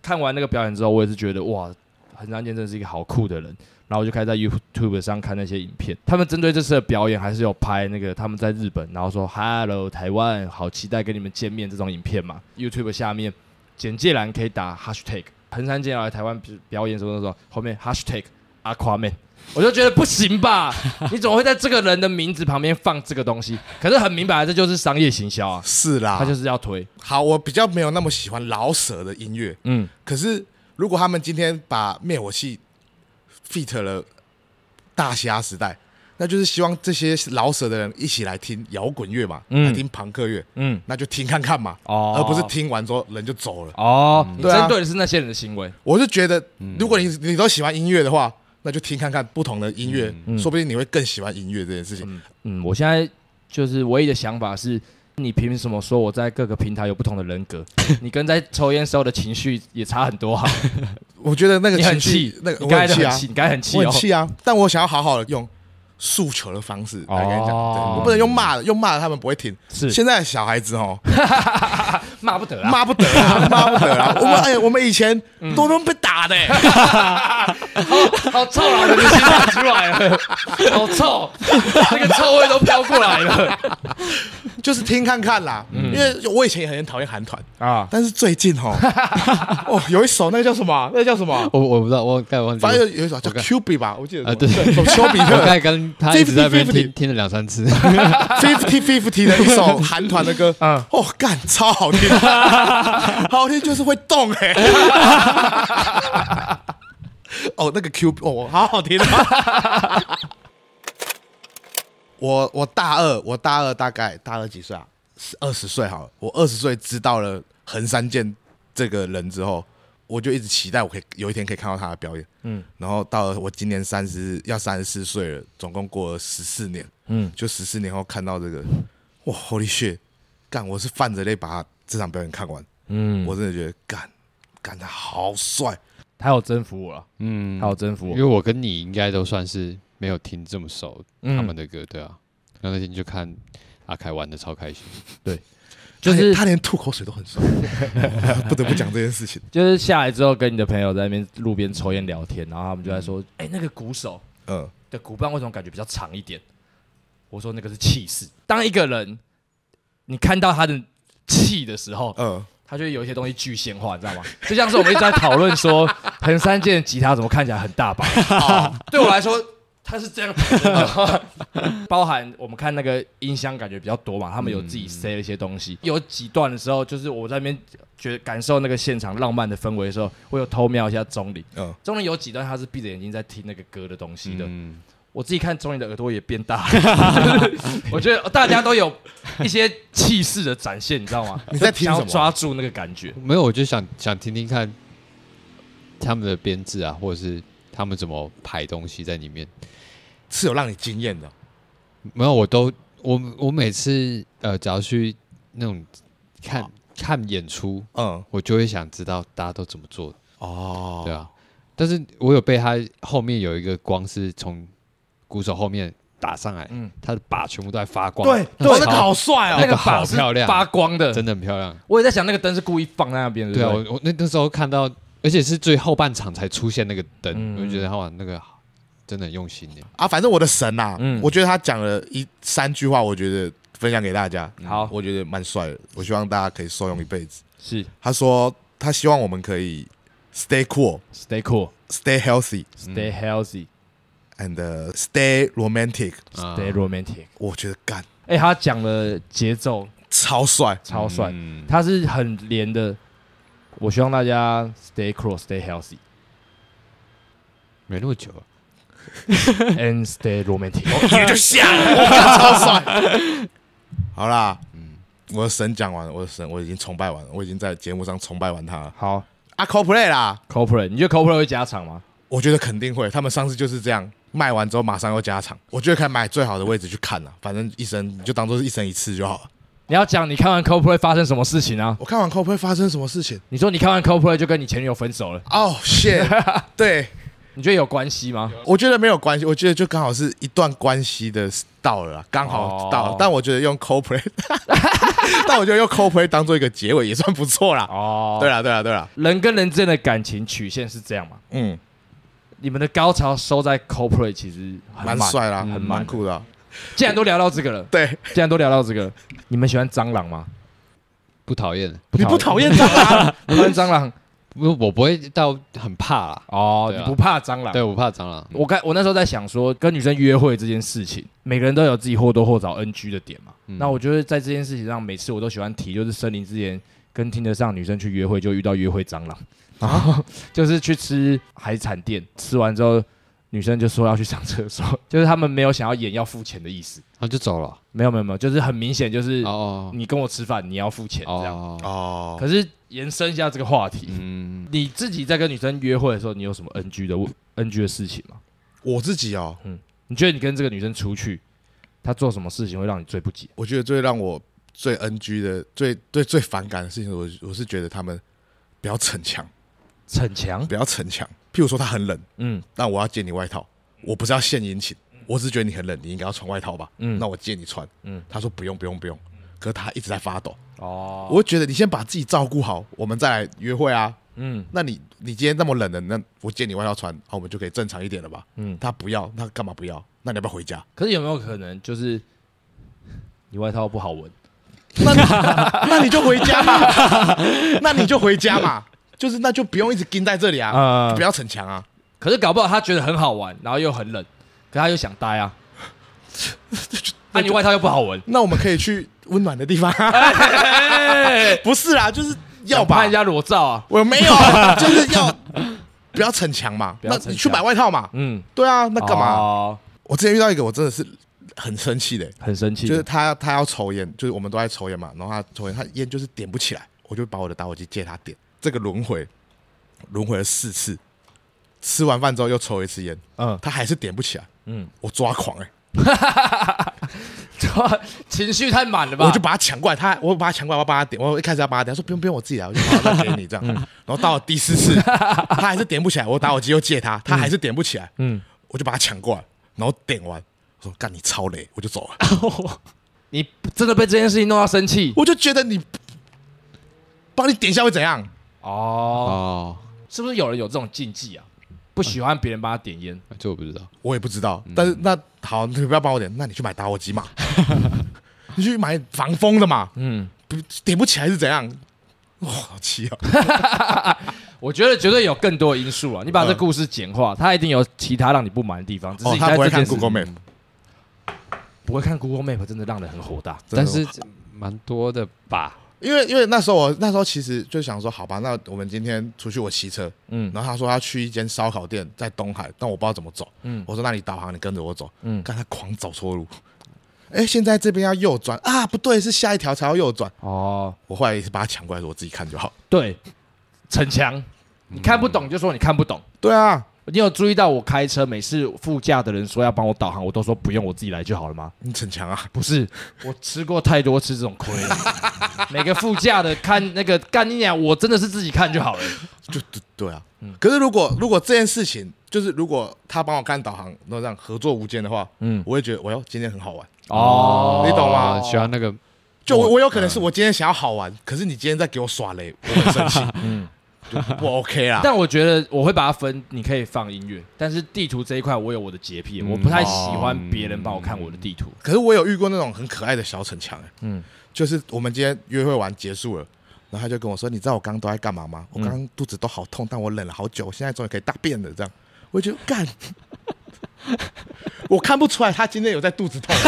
Speaker 2: 看完那个表演之后，我也是觉得哇，很山健真是一个好酷的人。然后我就开始在 YouTube 上看那些影片，他们针对这次的表演还是有拍那个他们在日本，然后说 “Hello 台湾，好期待跟你们见面”这种影片嘛。YouTube 下面简介栏可以打 Hashtag 横山健来台湾表演什么什么，后面 Hashtag Aquaman，我就觉得不行吧， *laughs* 你怎么会在这个人的名字旁边放这个东西？可是很明白，这就是商业行销啊，
Speaker 3: 是啦，
Speaker 2: 他就是要推，
Speaker 3: 好，我比较没有那么喜欢老舍的音乐，
Speaker 2: 嗯，
Speaker 3: 可是如果他们今天把灭火器 fit 了大虾时代，那就是希望这些老舍的人一起来听摇滚乐嘛，
Speaker 2: 嗯
Speaker 3: 来听朋克乐，
Speaker 2: 嗯，
Speaker 3: 那就听看看嘛，
Speaker 2: 哦
Speaker 3: 而不是听完之后人就走了。
Speaker 2: 哦，你
Speaker 3: 对啊
Speaker 2: 针对的是那些人的行为，
Speaker 3: 我是觉得，
Speaker 2: 嗯
Speaker 3: 如果你你都喜欢音乐的话，那就听看看不同的音乐，说不定你会更喜欢音乐这件事情。
Speaker 2: 嗯，我现在就是唯一的想法是。你凭什么说我在各个平台有不同的人
Speaker 3: *laughs*
Speaker 2: 格？你跟在抽烟时候的情绪也差很多啊！
Speaker 3: 我觉得那个
Speaker 2: 你
Speaker 3: 情
Speaker 2: 很
Speaker 3: 绪
Speaker 2: 气，，
Speaker 3: 那个
Speaker 2: 你
Speaker 3: 我
Speaker 2: 刚才
Speaker 3: 很
Speaker 2: 都
Speaker 3: 气啊
Speaker 2: 很，气，你刚才很气
Speaker 3: 我
Speaker 2: 哦
Speaker 3: 很。气啊，但我想要好好的用诉求的方式来跟你讲，
Speaker 2: 哦
Speaker 3: 对我不能用骂的，用骂的他们不会听。
Speaker 2: 是
Speaker 3: 现在的小孩子哦，
Speaker 2: 骂不得啊！ *laughs*
Speaker 3: 骂不得
Speaker 4: *laughs*
Speaker 3: 啊，骂不得啊。我们哎，
Speaker 4: 嗯
Speaker 3: 我们以前都能被打的欸，
Speaker 2: 好臭啊！我的心跑出来
Speaker 3: *laughs*
Speaker 2: 了，好臭，那个臭味都飘过来了
Speaker 3: 就是听看看啦。
Speaker 4: 嗯
Speaker 3: 因为我以前也很讨厌韩团，
Speaker 2: 啊！
Speaker 3: 但是最近
Speaker 4: *laughs*
Speaker 3: 哦，哦，有一首那个叫什么啊？那个叫什么啊？
Speaker 4: 我我不知道，我该忘记
Speaker 3: 反
Speaker 4: 了。
Speaker 3: 正有有一首叫
Speaker 4: 嗯我刚
Speaker 3: Q B 吧，我记得
Speaker 4: 啊对
Speaker 3: 什么丘比
Speaker 4: *laughs* 我刚
Speaker 3: 特
Speaker 4: 才跟他一直在那边
Speaker 3: 50-50
Speaker 4: 听听了两三
Speaker 2: *laughs*
Speaker 4: 次，
Speaker 3: Fifty Fifty 的一首韩团的歌，
Speaker 2: 嗯
Speaker 3: 哦，干超好听，好听就是会动哎。 *laughs* 哦，那个 Q 哦，好好听啊。 *laughs* 我我大二，我大二大概大二几岁啊？是二十岁好了。我二十岁知道了横山健这个人之后，我就一直期待我可以有一天可以看到他的表演。嗯，然后到了我今年三十要三十四岁了，总共过了十四年。
Speaker 2: 嗯
Speaker 3: 嗯，就十四年后看到这个，哇，Holy shit！干，我是泛着泪把他这场表演看完，
Speaker 2: 嗯，
Speaker 3: 我真的觉得干干他好帅。
Speaker 2: 他有征服我了，
Speaker 4: 嗯
Speaker 2: 他，有征服
Speaker 4: 因
Speaker 2: 我
Speaker 4: 为。我跟你应该都算是没有听这么熟
Speaker 2: 嗯
Speaker 4: 他们的歌，对啊。然后那天就看阿凯玩的超开心。
Speaker 2: 就
Speaker 3: 他
Speaker 2: 是
Speaker 3: 连他连吐口水都很爽， *laughs* 不得不讲这件事情。
Speaker 2: 就是下来之后跟你的朋友在那边路边抽烟聊天，然后他们就在说，哎、那个鼓手
Speaker 3: 嗯，
Speaker 2: 的鼓棒为什么感觉比较长一点？我说那个是气势。当一个人你看到他的气的时候，
Speaker 3: 嗯，
Speaker 2: 他就会有一些东西具现化，你知道吗？ *laughs* 就像是我们一直在讨论说， *laughs* 横山健的吉他怎么看起来很大把。哦 *laughs* 对我来说，他是这样子的。 *laughs* 包含我们看那个音箱感觉比较多嘛，他们有自己塞了一些东西。有几段的时候，就是我在那边觉得感受那个现场浪漫的氛围的时候，我有偷瞄一下钟离。
Speaker 3: 嗯
Speaker 2: 钟离有几段他是闭着眼睛在听那个歌的东西的。
Speaker 4: 嗯，
Speaker 2: 我自己看钟离的耳朵也变大了，就是我觉得大家都有一些气势的展现，你知道吗？
Speaker 3: 你在听
Speaker 2: 想要
Speaker 3: 什么
Speaker 2: 抓住那个感觉。
Speaker 4: 没有，我就想想听听看他们的编制啊，或者是他们怎么排东西在里面。
Speaker 3: 是有让你惊艳的。
Speaker 4: 没有，我都我我每次呃，只要去那种看、看演出，
Speaker 3: 嗯，
Speaker 4: 我就会想知道大家都怎么做的，
Speaker 3: 哦
Speaker 4: 对，啊。但是我有被他后面有一个光是从鼓手后面打上来，
Speaker 2: 嗯
Speaker 4: 他的把全部都在发光， *laughs*
Speaker 3: 对，
Speaker 4: 那
Speaker 3: 哇
Speaker 4: 超
Speaker 3: 那个好帅
Speaker 4: 那
Speaker 3: 哦，
Speaker 4: 个
Speaker 2: 把
Speaker 4: 好
Speaker 2: 是
Speaker 4: 漂亮
Speaker 2: 发光的。
Speaker 4: 真的很漂亮。
Speaker 2: 我也在想，那个灯是故意放在那边的，
Speaker 4: 对啊，
Speaker 2: 不
Speaker 4: 我我那那时候看到，而且是最后半场才出现那个灯，
Speaker 2: 嗯
Speaker 4: 我就觉得哇，那个真的很用心耶。
Speaker 3: 啊，反正我的神呐
Speaker 2: 嗯，
Speaker 3: 我觉得他讲了一三句话，我觉得分享给大家。
Speaker 2: 好
Speaker 3: 我觉得蛮帅的，我希望大家可以受用一辈子。
Speaker 2: 是
Speaker 3: 他说他希望我们可以 stay cool,
Speaker 2: stay cool,
Speaker 3: stay healthy
Speaker 2: stay healthy,
Speaker 3: and uh, stay romantic。
Speaker 4: 啊
Speaker 2: stay romantic。
Speaker 3: 我觉得干
Speaker 2: 哎，他讲的节奏
Speaker 3: 超帅，
Speaker 2: 超帅，
Speaker 4: 嗯
Speaker 2: 他是很连的。我希望大家 stay cool, stay healthy
Speaker 4: 没那么久啊，
Speaker 2: and stay romantic。
Speaker 3: 也就像，我干超帅。好啦，我的神讲完了，我的神我已经崇拜完了，我已经在节目上崇拜完他了。
Speaker 2: 好
Speaker 3: 啊，CoPlay 啦，
Speaker 2: ，corporate，你觉得 corporate 会加场吗？
Speaker 3: 我觉得肯定会，他们上次就是这样。卖完之后马上又加场，我觉得可以买最好的位置去看了，反正一生你就当做是一生一次就好了。
Speaker 2: 你要讲你看完 corporate 发生什么事情啊？
Speaker 3: 我看完 CoPlay 发生什么事情？
Speaker 2: 你说你看完 corporate 就跟你前女友分手了，
Speaker 3: 哦、shit，对， *laughs*
Speaker 2: 你觉得有关系吗？
Speaker 3: 我觉得没有关系，我觉得就刚好是一段关系的到了啦，刚好到了。
Speaker 2: 哦
Speaker 3: 但我觉得用 CoPlay，但我觉得用 CoPlay 当做一个结尾也算不错啦。
Speaker 2: 哦，
Speaker 3: 对，啦，对啦，对啦，
Speaker 2: 人跟人之间的感情曲线是这样嘛？
Speaker 3: 嗯，
Speaker 2: 你们的高潮收在 corporate 其实很
Speaker 3: 蛮
Speaker 2: 慢
Speaker 3: 帅啦，
Speaker 2: 嗯
Speaker 3: 很
Speaker 2: 很
Speaker 3: 蛮
Speaker 2: 慢。*laughs*
Speaker 3: 酷的啊。
Speaker 2: 既然都聊到这个了，
Speaker 3: *laughs* 对，
Speaker 2: 既然都聊到这个了，你们喜欢蟑螂 *laughs* 吗？
Speaker 4: 不讨厌，
Speaker 3: 你不讨厌蟑螂？
Speaker 2: 不喜欢蟑螂
Speaker 4: 我我不会到很怕啦。
Speaker 2: 哦，
Speaker 4: 对啊
Speaker 2: 你不怕蟑螂？
Speaker 4: 对，我怕蟑螂。
Speaker 2: 我刚我那时候在想说，跟女生约会这件事情，每个人都有自己或多或少 NG 的点嘛。
Speaker 4: 嗯
Speaker 2: 那我觉得在这件事情上，每次我都喜欢提，就是森林之前跟听得上女生去约会，就遇到约会蟑螂，然
Speaker 4: 啊
Speaker 2: 后 *laughs* 就是去吃海产店，吃完之后女生就说要去上厕所， *laughs* 就是他们没有想要演要付钱的意思，
Speaker 4: 然后哦就走了。
Speaker 2: 没有没有没有，就是很明显就是
Speaker 4: 哦
Speaker 2: 你跟我吃饭你要付钱这样。
Speaker 4: 哦，
Speaker 3: *laughs* 哦，
Speaker 2: 可是延伸一下这个话题，
Speaker 4: 嗯，
Speaker 2: 你自己在跟女生约会的时候，你有什么 NG 的 NG 的事情吗？
Speaker 3: 我自己哦，
Speaker 2: 你觉得你跟这个女生出去，她做什么事情会让你最不解？
Speaker 3: 我觉得最让我最 NG 的、最最最反感的事情，我我是觉得他们不要逞强，
Speaker 2: 逞强？
Speaker 3: 不要逞强。譬如说他很冷，
Speaker 2: 嗯
Speaker 3: 但我要借你外套，我不是要献殷勤，我只是觉得你很冷，你应该要穿外套吧？
Speaker 2: 嗯
Speaker 3: 那我借你穿。
Speaker 2: 嗯，
Speaker 3: 他说不用不用不用，可是他一直在发抖。
Speaker 2: 哦，
Speaker 3: 我觉得你先把自己照顾好，我们再来约会啊。
Speaker 2: 嗯
Speaker 3: 那你你今天那么冷的，那我借你外套穿，啊，我们就可以正常一点了吧？
Speaker 2: 嗯。
Speaker 3: 他不要，那干嘛不要？那你要不要回家？
Speaker 2: 可是有没有可能就是你外套不好闻？
Speaker 3: 那你 *laughs* 那你就回家嘛，那你就回家嘛，就是那就不用一直跟在这里啊，
Speaker 2: 啊
Speaker 3: 不要逞强啊。
Speaker 2: 可是搞不好她觉得很好玩，然后又很冷，可她又想待
Speaker 3: *laughs*
Speaker 2: 啊。那、你外套又不好闻，
Speaker 3: 那我们可以去温暖的地方、
Speaker 2: 哎
Speaker 3: 不是啦，就是哎要
Speaker 2: 想拍
Speaker 3: 吧
Speaker 2: 人。家裸照啊。
Speaker 3: 我没有，就是要不要逞强嘛。
Speaker 2: 不要
Speaker 3: 那
Speaker 2: 逞强
Speaker 3: 你去买外套嘛。
Speaker 2: 嗯，
Speaker 3: 对啊，那干嘛？
Speaker 2: 哦
Speaker 3: 我之前遇到一个，我真的是很生气的、
Speaker 2: 很生气，
Speaker 3: 就是他他要抽烟，就是我们都在抽烟嘛，然后他抽烟，他烟就是点不起来，我就把我的打火机借他点，这个轮回轮回了四次，吃完饭之后又抽一次烟，
Speaker 2: 嗯
Speaker 3: 他还是点不起来，
Speaker 2: 嗯，
Speaker 3: 我抓狂哎、
Speaker 2: *laughs* 情绪太满了吧？
Speaker 3: 我就把他抢过来，他我把他抢过来，我要帮他点，我一开始要帮他点，他说不用不用，我自己来，我就把它给你这
Speaker 2: 嗯
Speaker 3: 样，然后到了第四
Speaker 2: *laughs*
Speaker 3: 次，他还是点不起来，我打火机又借他，他还是点不起来，
Speaker 2: 嗯，
Speaker 3: 我就把他抢过来，然后点完，我说干你超累，我就走了。
Speaker 2: 你真的被这件事情弄到生气
Speaker 3: 我就觉得你帮你点一下会怎样？
Speaker 2: 哦？
Speaker 4: 哦，
Speaker 2: 是不是有人有这种禁忌啊？不喜欢别人帮他点烟，
Speaker 4: 哦这我不知道。
Speaker 3: 我也不
Speaker 2: 嗯
Speaker 3: 知道。但是那好，你不要帮我点，那你去买打火
Speaker 2: *laughs*
Speaker 3: 机嘛，你去买防风的嘛，
Speaker 2: 嗯，
Speaker 3: 不点不起来是怎样？哇，好气啊！
Speaker 2: 我觉得绝对有更多的因素啊。你把这
Speaker 3: 嗯
Speaker 2: 故事简化，他一定有其他让你不满的地方，只是嗯
Speaker 3: 哦，
Speaker 2: 你在
Speaker 3: 他不会
Speaker 2: 这件
Speaker 3: 看
Speaker 2: 事
Speaker 3: Google Map，
Speaker 2: 不会看 Google Map，真的让人很火大。
Speaker 3: 真的
Speaker 4: 但是这蛮多的吧？
Speaker 3: 因为因为那时候我那时候其实就想说，好吧，那我们今天出去我骑车，
Speaker 2: 嗯
Speaker 3: 然后他说他去一间烧烤店在东海，但我不知道怎么走，
Speaker 2: 嗯
Speaker 3: 我说那你导航，你跟着我走，
Speaker 2: 嗯，
Speaker 3: 看他狂走错路。哎，现在这边要右转啊，不对，是下一条才要右转。
Speaker 2: 哦，
Speaker 3: 我后来也是把他抢过来，说我自己看就好。
Speaker 2: 对，逞
Speaker 3: 嗯
Speaker 2: 强，你看不懂就说你看不懂。
Speaker 3: 对啊，
Speaker 2: 你有注意到我开车，每次副驾的人说要帮我导航，我都说不用，我自己来就好了吗？
Speaker 3: 你逞强啊，
Speaker 2: 不是，我吃过太多次这种亏了。
Speaker 3: *laughs*
Speaker 2: 每个副驾的看那个干你娘，我真的是自己看就好了。
Speaker 3: 就对对啊。
Speaker 2: 嗯
Speaker 3: 可是如果如果这件事情，就是如果他帮我看导航，那这样合作无间的话，
Speaker 2: 嗯，
Speaker 3: 我会觉得，我哟，今天很好玩。
Speaker 2: 哦，嗯
Speaker 3: 你懂吗
Speaker 4: 哦喜欢那个
Speaker 3: 就我我有可能是我今天想要好玩，可是你今天在给我耍雷，我很
Speaker 2: *laughs*
Speaker 3: 生气，嗯，就不 OK 啦。
Speaker 2: 但我觉得我会把它分，你可以放音乐，但是地图这一块我有我的洁癖，我不太喜欢别人帮我看我的地图。
Speaker 3: 可是我有遇过那种很可爱的小逞强、欸，
Speaker 2: 嗯
Speaker 3: 嗯，就是我们今天约会完结束了，然后他就跟我说：“你知道我刚刚都在干嘛吗？我刚刚肚子都好痛，但我忍了好久，我现在终于可以大便了。”这样，我就觉得干，我看不出来他今天有在肚子痛。 *laughs*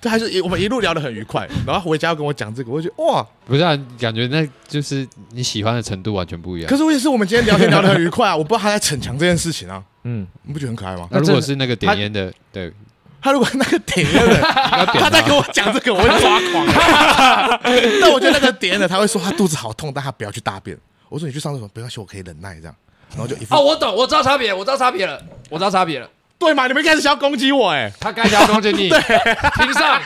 Speaker 3: 这还是一我们一路聊得很愉快，然后回家要跟我讲这个，我就觉得哇！
Speaker 4: 不是、啊，感觉那就是你喜欢的程度完全不一样
Speaker 3: 可。是我也是我们今天聊天聊得很愉快啊，我不知道他在逞强这件事情啊，
Speaker 2: 嗯，
Speaker 3: 你不觉得很可爱吗？
Speaker 4: 那如
Speaker 2: 那
Speaker 4: 果
Speaker 2: 这
Speaker 4: 是那个点烟的，对，
Speaker 3: 他如果那个点烟的， *laughs* 他在跟我讲这个，我会抓狂。 *laughs* 但我觉得那个点烟的他会说他肚子好痛，但他不要去大便。我说你去上厕所，没关系，我可以忍耐这样。然后就一副、
Speaker 2: 哦，我懂，我知道差别，我知道差别了，我知道差别 *laughs* 了。
Speaker 3: 对嘛，你们一开始想要攻击我哎、
Speaker 2: 他刚才要攻击你，屏上，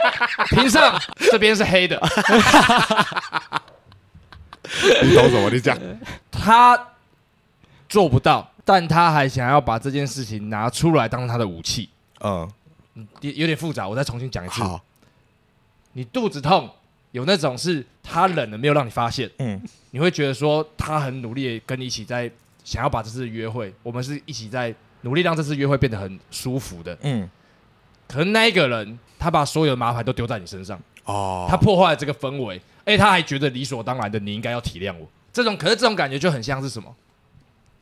Speaker 2: 屏上，这边是黑的。
Speaker 3: 你懂什么？你讲，
Speaker 2: 他做不到，但他还想要把这件事情拿出来当他的武器，
Speaker 3: 嗯，
Speaker 2: 有有点复杂，我再重新讲一次。
Speaker 3: 好，
Speaker 2: 你肚子痛，有那种是他冷了没有让你发现，
Speaker 3: 嗯，
Speaker 2: 你会觉得说他很努力地跟你一起在想要把这次约会，我们是一起在努力让这次约会变得很舒服的。
Speaker 3: 嗯，
Speaker 2: 可能那一个人他把所有的麻烦都丢在你身上，
Speaker 3: 哦，
Speaker 2: 他破坏了这个氛围，而且他还觉得理所当然的你应该要体谅我。这种可是这种感觉就很像是什么？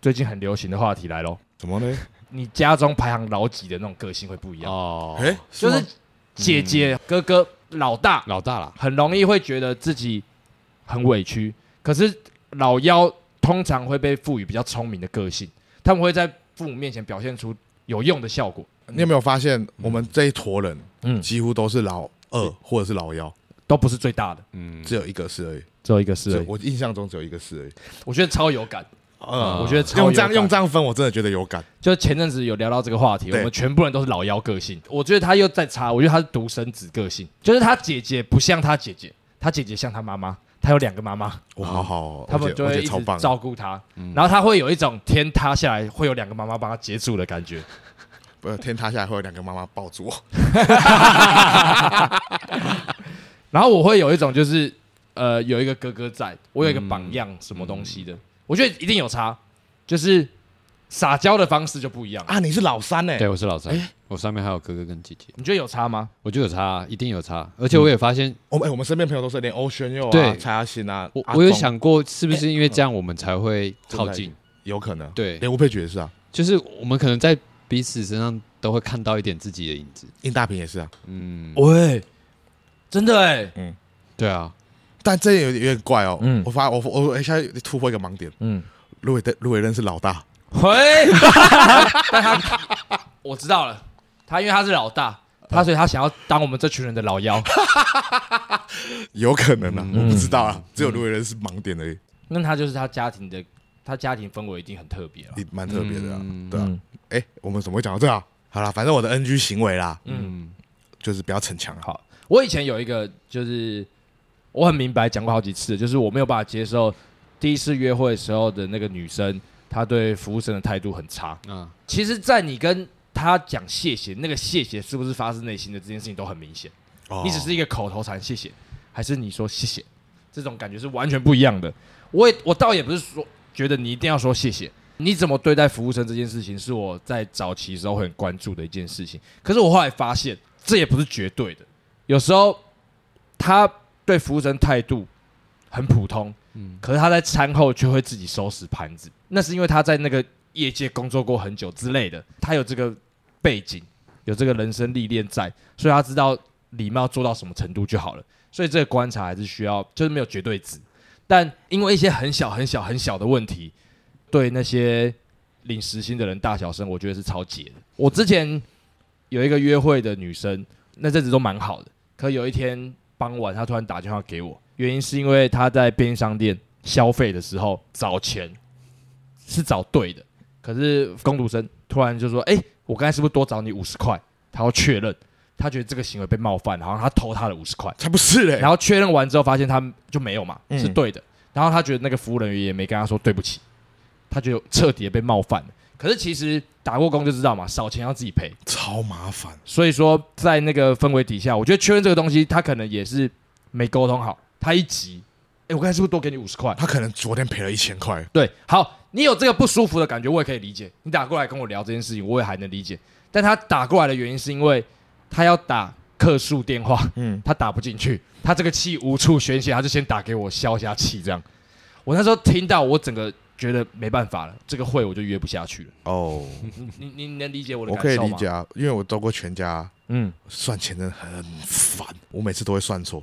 Speaker 2: 最近很流行的话题来喽，
Speaker 3: 怎么呢？
Speaker 2: 你家中排行老几的那种个性会不一样，
Speaker 4: 哦，
Speaker 3: 哎、
Speaker 2: 就
Speaker 3: 吗嗯
Speaker 2: 是姐姐、哥哥、老大，
Speaker 4: 老大啦，
Speaker 2: 很容易会觉得自己很委屈。可是老幺通常会被赋予比较聪明的个性，他们会在父母面前表现出有用的效果，
Speaker 3: 你有没有发现我们这一坨人，
Speaker 2: 嗯
Speaker 3: 嗯，几乎都是老二或者是老幺，
Speaker 2: 都不是最大的，
Speaker 4: 嗯，
Speaker 3: 只有一个是而已。
Speaker 2: 只有一个是
Speaker 3: 只有我印象中只有一个是而已。
Speaker 2: 我觉得超有感，
Speaker 3: 嗯，
Speaker 2: 我觉得超有
Speaker 3: 用这
Speaker 2: 感
Speaker 3: 样用这样分，我真的觉得有感。
Speaker 2: 就前阵子有聊到这个话题，我
Speaker 3: 对
Speaker 2: 们全部人都是老幺个性，我觉得他又在差，我觉得他是独生子个性，就是他姐姐不像他姐姐，他姐姐像他妈妈，他有两个妈妈，
Speaker 3: 我好好哦，
Speaker 2: 他
Speaker 3: 我
Speaker 2: 们
Speaker 3: 觉
Speaker 2: 就
Speaker 3: 得我
Speaker 2: 会
Speaker 3: 觉
Speaker 2: 一
Speaker 3: 得超
Speaker 2: 直
Speaker 3: 棒。嗯
Speaker 2: 照顾他，然后他会有一种天塌下来会有两个妈妈帮他接住的感觉，
Speaker 3: 不是呃天塌下来会有两个妈妈抱住我。
Speaker 2: 然后我会有一种就是，呃，有一个哥哥在，我有一个榜样，什么东西的，我觉得一定有差，就是撒娇的方式就不一样。
Speaker 3: 啊，你是老三呢、
Speaker 4: 对，我是老三，我上面还有哥哥跟姐姐，
Speaker 2: 你觉得有差吗？
Speaker 4: 我就有差啊，一定有差，
Speaker 3: 嗯
Speaker 4: 而且我也发现，
Speaker 3: 我们、哎我们身边朋友都是连欧轩佑啊、
Speaker 4: 对
Speaker 3: 蔡阿信啊，
Speaker 4: 我
Speaker 3: 阿
Speaker 4: 我有
Speaker 3: 忠
Speaker 4: 想过是不是因为这样我们才会靠近，
Speaker 3: 有可能，
Speaker 4: 对
Speaker 3: 连吴佩举也是啊，
Speaker 4: 就是我们可能在彼此身上都会看到一点自己的影子，
Speaker 3: 殷大平也是啊，
Speaker 4: 嗯，
Speaker 2: 喂，真的哎，
Speaker 4: 对啊，
Speaker 3: 但这有有点怪哦。
Speaker 2: 嗯
Speaker 3: 我发我我我一下突破一个盲点，
Speaker 2: 嗯，
Speaker 3: 卢伟的卢伟任是老大，
Speaker 2: *laughs* 喂，但他我知道了，他因为他是老大，他所以他想要当我们这群人的老幺。
Speaker 3: 有可能
Speaker 4: 嗯
Speaker 3: 啊，我不知道啊，只有卢伟任是盲点而已，
Speaker 2: 那他就是他家庭的，他家庭氛围一定很特别了。
Speaker 3: 也蛮特别的啊，
Speaker 4: 嗯
Speaker 3: 对啊
Speaker 2: 嗯。
Speaker 3: 哎、我们怎么会讲到这啊？好啦，反正我的 NG 行为啦，
Speaker 4: 嗯，
Speaker 3: 就是不要逞强啊。
Speaker 2: 好，我以前有一个，就是我很明白讲过好几次，就是我没有办法接受第一次约会的时候的那个女生，她对服务生的态度很差。
Speaker 4: 啊，
Speaker 2: 其实，在你跟她讲谢谢，那个谢谢是不是发自内心的这件事情都很明显。
Speaker 3: 哦
Speaker 2: 你只是一个口头禅谢谢，还是你说谢谢，这种感觉是完全不一样的。我也我倒也不是说觉得你一定要说谢谢，你怎么对待服务生这件事情是我在早期时候会很关注的一件事情。可是我后来发现，这也不是绝对的，有时候他对服务生态度很普通，
Speaker 4: 嗯
Speaker 2: 可是他在餐后却会自己收拾盘子，那是因为他在那个业界工作过很久之类的，他有这个背景，有这个人生历练在，所以他知道礼貌做到什么程度就好了。所以这个观察还是需要，就是没有绝对值。但因为一些很小很小很小的问题，对那些领时薪的人大小声，我觉得是超解的。我之前有一个约会的女生，那阵子都蛮好的，可有一天傍晚，她突然打电话给我，原因是因为她在便利商店消费的时候找钱是找对的，可是工读生突然就说：“哎、我刚才是不是多找你五十块？”她要确认，她觉得这个行为被冒犯，然后她偷她的五十块。
Speaker 3: 才不是嘞
Speaker 2: 然！后确认完之后，发现他就没有嘛，
Speaker 3: 嗯
Speaker 2: 是对的。然后他觉得那个服务人员也没跟他说对不起，他觉得彻底地被冒犯了。可是其实打过工就知道嘛，少钱要自己赔。
Speaker 3: 超麻烦，
Speaker 2: 所以说，在那个氛围底下，我觉得确认这个东西，他可能也是没沟通好。他一急，哎，我刚才是不是多给你五十块？
Speaker 3: 他可能昨天赔了一千块，
Speaker 2: 对，好，你有这个不舒服的感觉，我也可以理解。你打过来跟我聊这件事情，我也还能理解。但他打过来的原因是因为他要打客诉电话，
Speaker 3: 嗯
Speaker 2: 嗯，他打不进去，他这个气无处宣泄，他就先打给我消一下气，这样。我那时候听到，我整个觉得没办法了，这个会我就约不下去了。
Speaker 3: 哦，
Speaker 2: 你你你能理解我的
Speaker 3: 我
Speaker 2: 感
Speaker 3: 可以
Speaker 2: 受吗？
Speaker 3: 理解啊，因为我做过全家，
Speaker 2: 嗯，
Speaker 3: 算钱真的很烦，我每次都会算 *laughs* 错，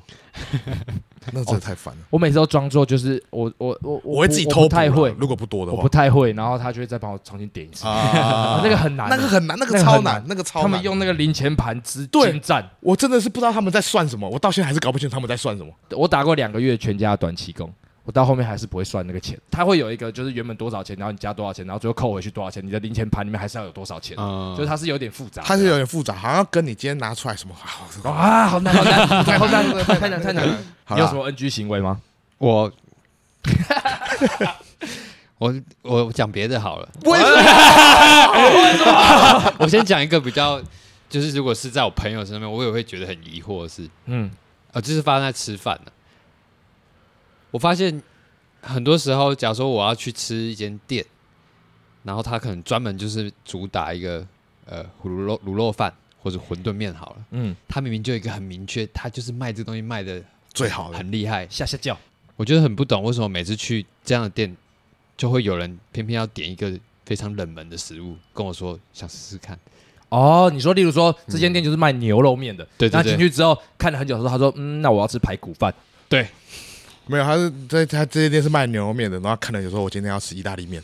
Speaker 3: 那真的太烦了。
Speaker 2: 我每次都装作就是我我我我
Speaker 3: 哦我会自己
Speaker 2: 不
Speaker 3: 偷
Speaker 2: 不
Speaker 3: 补
Speaker 2: 太
Speaker 3: 啦
Speaker 2: 会，
Speaker 3: 如果不多的
Speaker 2: 我
Speaker 3: 话
Speaker 2: 不太会，然后他就会再帮我重新点一次。
Speaker 3: 啊
Speaker 2: 那个很难，
Speaker 3: *laughs* 那个很难，那
Speaker 2: 那
Speaker 3: 个
Speaker 2: 个
Speaker 3: 超
Speaker 2: 很
Speaker 3: 难
Speaker 2: 难，
Speaker 3: 那个超
Speaker 2: 他
Speaker 3: 难。
Speaker 2: 们用那个零钱盘之
Speaker 3: 对
Speaker 2: 精湛。
Speaker 3: 我真的是不知道他们在算什么，我到现在还是搞不清楚他们在算什么。
Speaker 2: 我打过两个月全家的短期工，我到后面还是不会算那个钱。他会有一个就是原本多少钱，然后你加多少钱，然后最后扣回去多少钱，你的零钱盘里面还是要有多少钱，
Speaker 4: 嗯
Speaker 2: 就是它是有点复杂的。
Speaker 3: 它是有点复杂，好像跟你今天拿出来什么啊，我
Speaker 2: 哦啊，好难好难，好难，太难太难。
Speaker 3: 好
Speaker 2: 你有什
Speaker 3: 了，
Speaker 2: 么 NG 行为吗？
Speaker 4: 我我我讲别的好了，
Speaker 3: 为什么？
Speaker 4: *laughs* 我先讲一个比较，就是如果是在我朋友身边，我也会觉得很疑惑的事，
Speaker 2: 嗯，
Speaker 4: 呃，就是发生在吃饭的。我发现很多时候，假如说我要去吃一间店，然后他可能专门就是主打一个呃卤肉卤肉饭或者馄饨面好了，
Speaker 2: 嗯，
Speaker 4: 他明明就有一个很明确，他就是卖这东西卖的
Speaker 3: 最好的
Speaker 4: 很厉害，
Speaker 2: 下下叫，
Speaker 4: 我觉得很不懂为什么每次去这样的店，就会有人偏偏要点一个非常冷门的食物，跟我说想试试看。
Speaker 2: 哦，你说，例如说这间店就是卖牛肉面的，
Speaker 4: 对对
Speaker 2: 然后
Speaker 4: 对
Speaker 2: 进去之后看了很久之后，他说，嗯，那我要吃排骨饭，
Speaker 4: 对，
Speaker 3: 没有，他是在他这间店是卖牛肉面的，然后看了就说我今天要吃意大利面，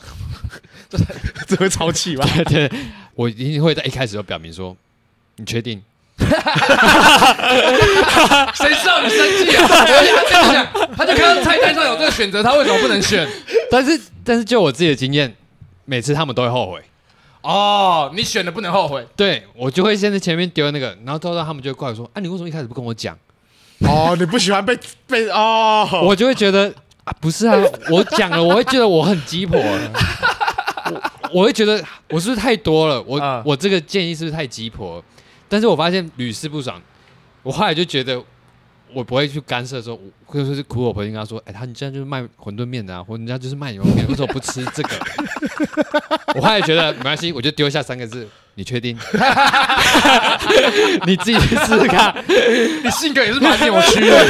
Speaker 3: 这会超气吧？
Speaker 4: 对，我一定会在一开始就表明说，你确定？
Speaker 2: 谁知道你生气啊？他这样讲，他就看到菜单上有这个选择，他为什么不能选？
Speaker 4: *laughs* 但是但是就我自己的经验，每次他们都会后悔。
Speaker 2: 哦，你选的不能后悔。
Speaker 4: 对我就会先在前面丢那个，然后到到他们就会怪我说，啊，你为什么一开始不跟我讲？
Speaker 3: 哦，你不喜欢被被哦，
Speaker 4: 我就会觉得啊，不是啊，我讲了，我会觉得我很鸡婆了。我我会觉得我是不是太多了？我、
Speaker 2: 啊
Speaker 4: 我这个建议是不是太鸡婆？但是我发现屡试不爽，我后来就觉得我不会去干涉说，我或者是苦口婆心跟他说，哎、他你这样就是卖馄饨面的啊，或人家就是卖牛肉面，为什么不吃这个？我后来觉得没关系，我就丢下三个字，你确定？ *laughs* 你自己去试试看。
Speaker 2: 你性格也是蛮扭曲的，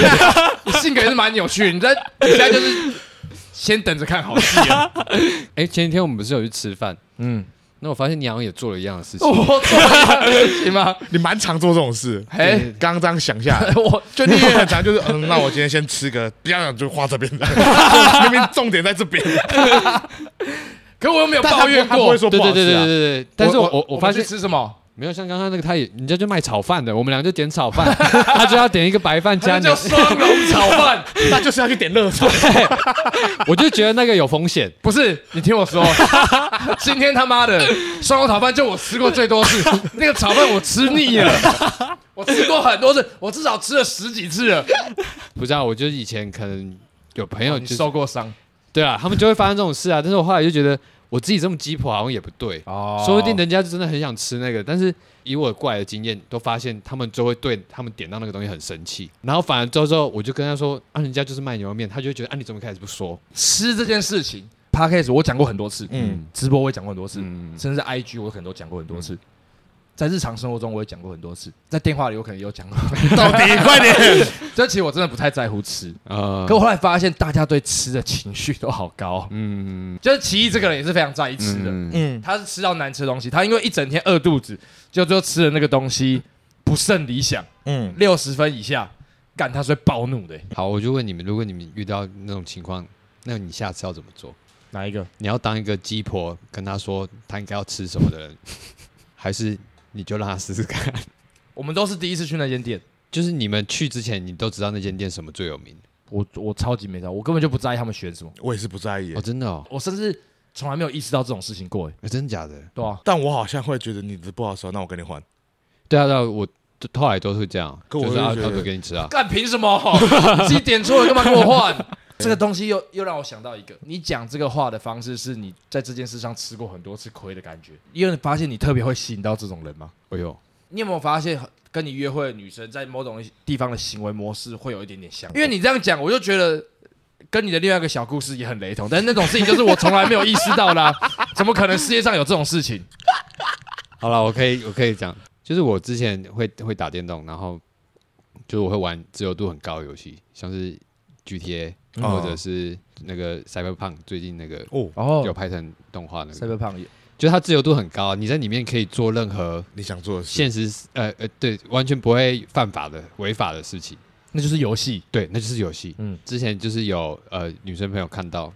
Speaker 2: 你性格也是蛮扭曲的。你在你现在就是先等着看好戏啊！
Speaker 4: 哎、前几天我们不是有去吃饭？
Speaker 2: 嗯，哦
Speaker 4: 那我发现你好像也做了一样的事情。
Speaker 2: *laughs* 我做行吗？
Speaker 3: 你蛮常做这种事。
Speaker 2: 哎、
Speaker 3: 刚刚这样想下来，
Speaker 2: 我
Speaker 3: 就你也很常就是嗯，那我今天先吃个，不要就画这边的，明明重点在这边，
Speaker 2: 可我又没有
Speaker 3: 但他
Speaker 2: 抱怨
Speaker 3: 他不
Speaker 2: 过
Speaker 3: 会。说
Speaker 4: 对
Speaker 3: 不好
Speaker 4: 对
Speaker 3: 吃
Speaker 4: 对对
Speaker 3: 啊。
Speaker 4: 对对，但是我
Speaker 2: 我
Speaker 4: 我我发
Speaker 2: 们去
Speaker 4: 现
Speaker 2: 吃什么？
Speaker 4: 没有像刚刚那个，他也人家就卖炒饭的，我们俩就点炒饭，他就要点一个白饭加
Speaker 2: 那
Speaker 4: 牛
Speaker 2: 叫，双 *laughs* 龙炒饭，
Speaker 3: 那就是要去点热炒，
Speaker 4: 我就觉得那个有风险。
Speaker 2: 不是？你听我说， *laughs* 今天他妈的双龙炒饭就我吃过最多次，那个炒饭我吃腻了，我吃过很多次，我至少吃了十几次了。
Speaker 4: 不知道，我就以前可能有朋友
Speaker 2: 哦你
Speaker 4: 就是
Speaker 2: 受过伤？
Speaker 4: 对啊，他们就会发生这种事啊，但是我后来就觉得我自己这么鸡婆好像也不对，
Speaker 2: 哦
Speaker 4: 说不定人家就真的很想吃那个，但是以我过来的经验，都发现他们就会对他们点到那个东西很生气，然后反而之后之后我就跟他说，啊，人家就是卖牛肉面，他就会觉得，啊，你怎么开始不说？
Speaker 2: 吃这件事情 p a c a s e 我讲过很多次，嗯
Speaker 3: 嗯，
Speaker 2: 直播我也讲过很多次，
Speaker 4: 嗯，
Speaker 2: 甚至 IG 我可能都讲过很多次，在日常生活中我也讲过很多次，在电话里我可能也有讲过。
Speaker 3: 到底快点，
Speaker 2: *laughs* 这其实我真的不太在乎吃，
Speaker 4: 呃
Speaker 2: 可，我后来发现大家对吃的情绪都好高，
Speaker 4: 嗯，
Speaker 2: 就是奇艺这个人也是非常在意吃的，
Speaker 4: 嗯，
Speaker 3: 嗯，
Speaker 2: 他是吃到难吃的东西，他因为一整天饿肚子，就最后吃的那个东西不甚理想，
Speaker 3: 嗯，
Speaker 2: 六十分以下，干他是会暴怒的、欸
Speaker 4: 好，我就问你们，如果你们遇到那种情况，那你下次要怎么做？
Speaker 2: 哪一个？
Speaker 4: 你要当一个鸡婆，跟他说他应该要吃什么的人， *laughs* 还是你就让他试试看？
Speaker 2: 我们都是第一次去那间店，
Speaker 4: 就是你们去之前，你都知道那间店什么最有名
Speaker 2: 我我超级没招，我根本就不在意他们选什么，
Speaker 3: 我也是不在意
Speaker 4: 哦，，真的哦，
Speaker 2: 我甚至从来没有意识到这种事情过、欸，
Speaker 4: 欸真的假的？
Speaker 2: 对啊，
Speaker 3: 但我好像会觉得你的不好吃，那我跟你换。
Speaker 4: 对啊，对啊，我都后来都会这样，
Speaker 3: 可我
Speaker 4: 就是
Speaker 3: 就
Speaker 4: 啊，
Speaker 3: 觉
Speaker 4: 他
Speaker 3: 得
Speaker 4: 不给你吃啊，
Speaker 2: 干凭什么？你自己点错了，干嘛跟我换？ *laughs* 这个东西又又让我想到一个，你讲这个话的方式是你在这件事上吃过很多次亏的感觉，因为你发现你特别会吸引到这种人吗？
Speaker 4: 哎呦，
Speaker 2: 你有没有发现，跟你约会的女生在某种地方的行为模式会有一点点像？因为你这样讲，我就觉得跟你的另外一个小故事也很雷同，但是那种事情就是我从来没有意识到啦、 *laughs* 怎么可能世界上有这种事情？
Speaker 4: 好了，我可以，我可以讲，就是我之前会会打电动，然后就是我会玩自由度很高的游戏，像是 GTA 或者是那个 Cyberpunk 最近那个
Speaker 3: 哦，
Speaker 4: 有
Speaker 2: 哦
Speaker 4: 拍成动画那个，
Speaker 2: ，Cyberpunk
Speaker 4: 就是它自由度很高，啊你在里面可以做任何
Speaker 3: 你想做的事，
Speaker 4: 现实呃呃对，完全不会犯法的违法的事情。
Speaker 2: 那就是游戏，
Speaker 4: 对，那就是游戏。
Speaker 2: 嗯
Speaker 4: 嗯，之前就是有呃女生朋友看到，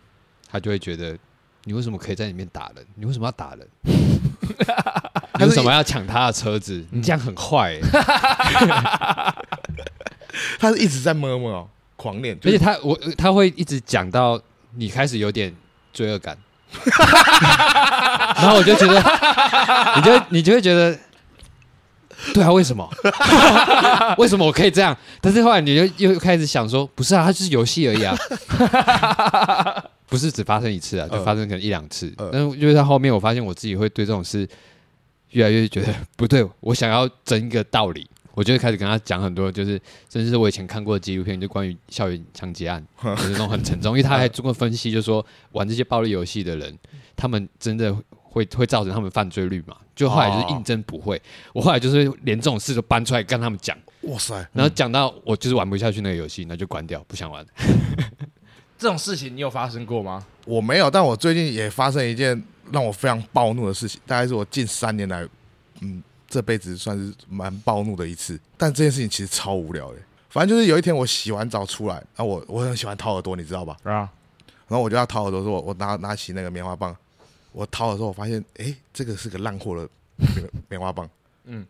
Speaker 4: 她就会觉得你为什么可以在里面打人？你为什么要打 *laughs* 人？你为什么要抢他的车子？你这样很坏、欸。
Speaker 3: 他是一直在摸摸哦，狂练，就
Speaker 4: 而
Speaker 3: 是
Speaker 4: 且他我他会一直讲到你开始有点罪
Speaker 3: *laughs*
Speaker 4: 恶感，然后我就觉得，你就你就会觉得，对啊，为什么？ *laughs* 为什么我可以这样？但是后来你就又开始想说，不是啊，它就是游戏
Speaker 3: *laughs*
Speaker 4: 而已啊，不是只发生一次啊，就
Speaker 3: 呃
Speaker 4: 发生可能一两次。
Speaker 3: 呃
Speaker 4: 但是就是到后面，我发现我自己会对这种事越来越觉得不对，我想要争一个道理。我就会开始跟他讲很多，就是甚至是我以前看过的纪录片，就关于校园枪
Speaker 2: *laughs*
Speaker 4: 击案，就是那种很沉重。因为他还做过分析，就说玩这些暴力游戏的人，他们真的会会造成他们犯罪率嘛？就后来就是应征不会，我后来就是连这种事都搬出来跟他们讲，
Speaker 3: 哇塞，
Speaker 4: 然后讲到我就是玩不下去那个游戏，那就关掉，不想玩。
Speaker 2: 这种事情你有发生过吗？
Speaker 3: 我没有，但我最近也发生一件让我非常暴怒的事情，大概是我近三年来，嗯，这辈子算是蛮暴怒的一次。但这件事情其实超无聊的，反正就是有一天我洗完澡出来，然后我我很喜欢掏耳朵，你知道吧？
Speaker 2: 啊，
Speaker 3: 然后我就要掏耳朵，说我我拿拿起那个棉花棒，我掏的时候，我发现诶，这个是个烂货的棉棉花棒，
Speaker 2: 嗯
Speaker 3: 嗯，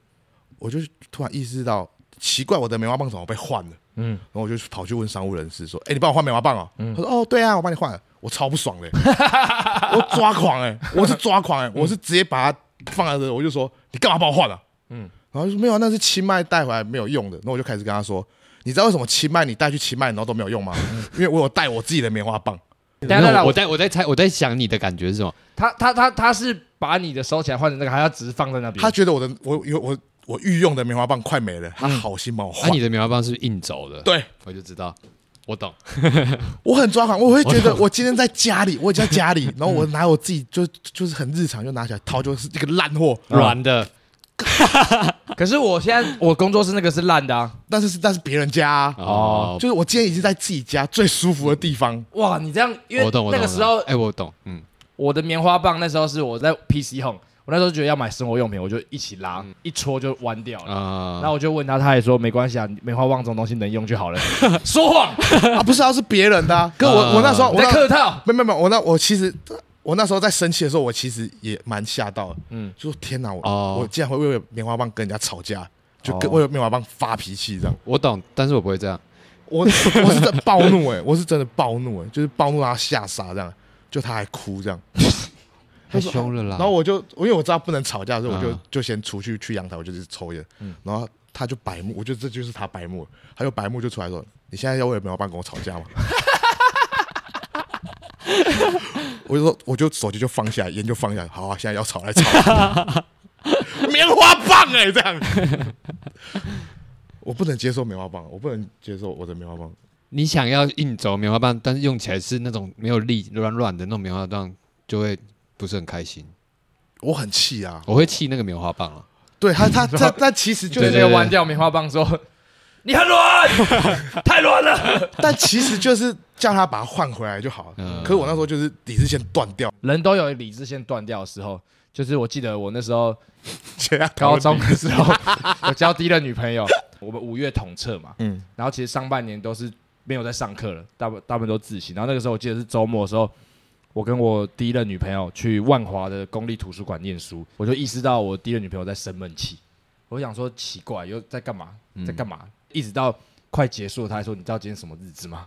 Speaker 3: 我就突然意识到奇怪，我的棉花棒怎么被换了？
Speaker 2: 嗯，
Speaker 3: 然后我就跑去问商务人士说：“哎、你帮我换棉花棒哦？”他说：“哦，对啊，我帮你换。”我超不爽的、 *laughs* 我抓狂哎、我是抓狂哎、
Speaker 2: 嗯
Speaker 3: 我是直接把它放在这，我就说：“你干嘛帮我换啊？”
Speaker 2: 嗯
Speaker 3: 嗯，然后就说：“没有啊，那是清迈带回来没有用的。”那我就开始跟他说：“你知道为什么清迈你带去清迈然后都没有用吗？
Speaker 2: 嗯
Speaker 3: 因为我有带我自己的棉花棒。”
Speaker 2: *laughs* 等一下等一下
Speaker 4: 我在我在猜，我在想你的感觉是什么？
Speaker 2: 他他他他是把你的收起来换成那个，还要只是放在那边？
Speaker 3: 他觉得我的我有我我御用的棉花棒快没了，他好心帮我
Speaker 4: 那、
Speaker 3: 换。
Speaker 4: 啊你的棉花棒是不是硬走的？，
Speaker 3: 对
Speaker 4: 我就知道，我懂。
Speaker 3: 我很抓狂，我会觉得我今天在家里， *laughs* 我已经在家里，然后我拿我自己就就是很日常就拿起来掏，就是一个烂货，
Speaker 2: 嗯
Speaker 4: 软的，
Speaker 2: 可是我现在我工作室那个是烂的啊！
Speaker 3: 但是是但是别人家、啊，
Speaker 4: 哦，
Speaker 3: 就是我今天已经在自己家最舒服的地方，
Speaker 2: 哇，你这样，因为
Speaker 4: 我懂，我懂。
Speaker 2: 那个时候
Speaker 4: 哎，我懂，嗯，
Speaker 2: 我的棉花棒那时候是我在 PC Home，我那时候觉得要买生活用品，我就一起拉，一戳就弯掉了。
Speaker 4: 嗯啊
Speaker 2: 然后我就问他，他也说没关系啊，棉花棒这种东西能用就
Speaker 3: *laughs*
Speaker 2: 好了。说谎，
Speaker 3: 啊，不是啊，是别人的、啊。可我、
Speaker 4: 啊
Speaker 3: 我那时候
Speaker 2: 你
Speaker 3: 我
Speaker 2: 在
Speaker 3: 那
Speaker 2: 客套。
Speaker 3: 没没没，我那我其实我那时候在生气的时候，我其实也蛮吓到的，
Speaker 2: 嗯
Speaker 3: 嗯，就说天哪，我、
Speaker 4: 哦
Speaker 3: 我竟然会为了棉花棒跟人家吵架，就跟、
Speaker 2: 哦
Speaker 3: 为了棉花棒发脾气这样。
Speaker 4: 我懂，但是我不会这样。
Speaker 3: 我我 *laughs* 是真的暴怒哎、我是真的暴怒哎、就是暴怒让他吓傻这样，就他还哭这样，
Speaker 4: 太凶了啦！
Speaker 3: 然后我就因为我知道不能吵架，所以我就
Speaker 4: 嗯
Speaker 3: 就先出去去阳台，我就是抽烟，然后他就白目，我觉得这就是他白目，他就白目就出来说：“你现在要为了棉花棒跟我吵架吗？” *laughs* 我就说，我就手机就放下，烟就放下，好啊，现在要吵来 *laughs* 吵，棉花棒哎、这样， *laughs* 我不能接受棉花棒，我不能接受我的棉花棒，
Speaker 4: 你想要硬轴棉花棒，但是用起来是那种没有力、软软的那种棉花棒，就会不是很开心。
Speaker 3: 我很气啊！
Speaker 4: 我会气那个棉花棒啊，
Speaker 3: 对他，
Speaker 2: *laughs*
Speaker 3: 他他他其实就
Speaker 2: 就是直
Speaker 4: 对
Speaker 2: 接弯掉棉花棒说：“ *laughs* 你很软， *laughs* 太软了。
Speaker 3: 但其实就是叫他把它换回来就好了。
Speaker 4: 嗯
Speaker 3: 可是我那时候就是理智线断掉，” *laughs*
Speaker 2: 人都有理智线断掉的时候，就是我记得我那时候
Speaker 3: 切啊
Speaker 2: 高中的时候， *laughs* 我交第一任女朋友，我们五月统测嘛，
Speaker 3: 嗯，
Speaker 2: 然后其实上半年都是没有在上课了，大部大部分都自习。然后那个时候我记得是周末的时候，我跟我第一任女朋友去万华的公立图书馆念书，我就意识到我第一任女朋友在生闷气。我想说奇怪，又在干嘛？在干嘛？一直到快结束了，她还说：“你知道今天什么日子吗？”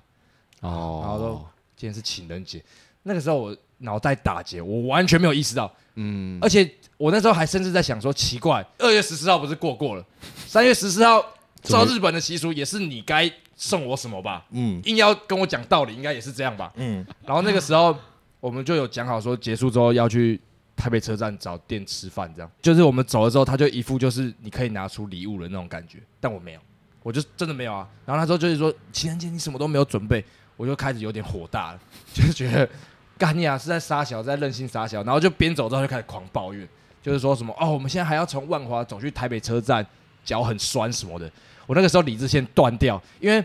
Speaker 4: 哦，
Speaker 2: 然后说今天是情人节。那个时候我脑袋打结，我完全没有意识到，嗯，而且我那时候还甚至在想说，奇怪，二月十四号不是过过了，三月十四号
Speaker 4: 怎
Speaker 2: 照
Speaker 4: 么
Speaker 2: 日本的习俗也是你该送我什么吧，
Speaker 3: 嗯
Speaker 2: 硬要跟我讲道理，应该也是这样吧，
Speaker 3: 嗯，
Speaker 2: 然后那个时候我们就有讲好说，结束之后要去台北车站找店吃饭，这样。就是我们走了之后，他就一副就是你可以拿出礼物的那种感觉，但我没有，我就真的没有啊。然后那时候就是说情人节你什么都没有准备，我就开始有点火大了， *laughs* 就是觉得干你啊是在撒小，是在任性撒小，然后就边走之后就开始狂抱怨，就是说什么哦，我们现在还要从万华走去台北车站，脚很酸什么的。我那个时候理智线断掉，因为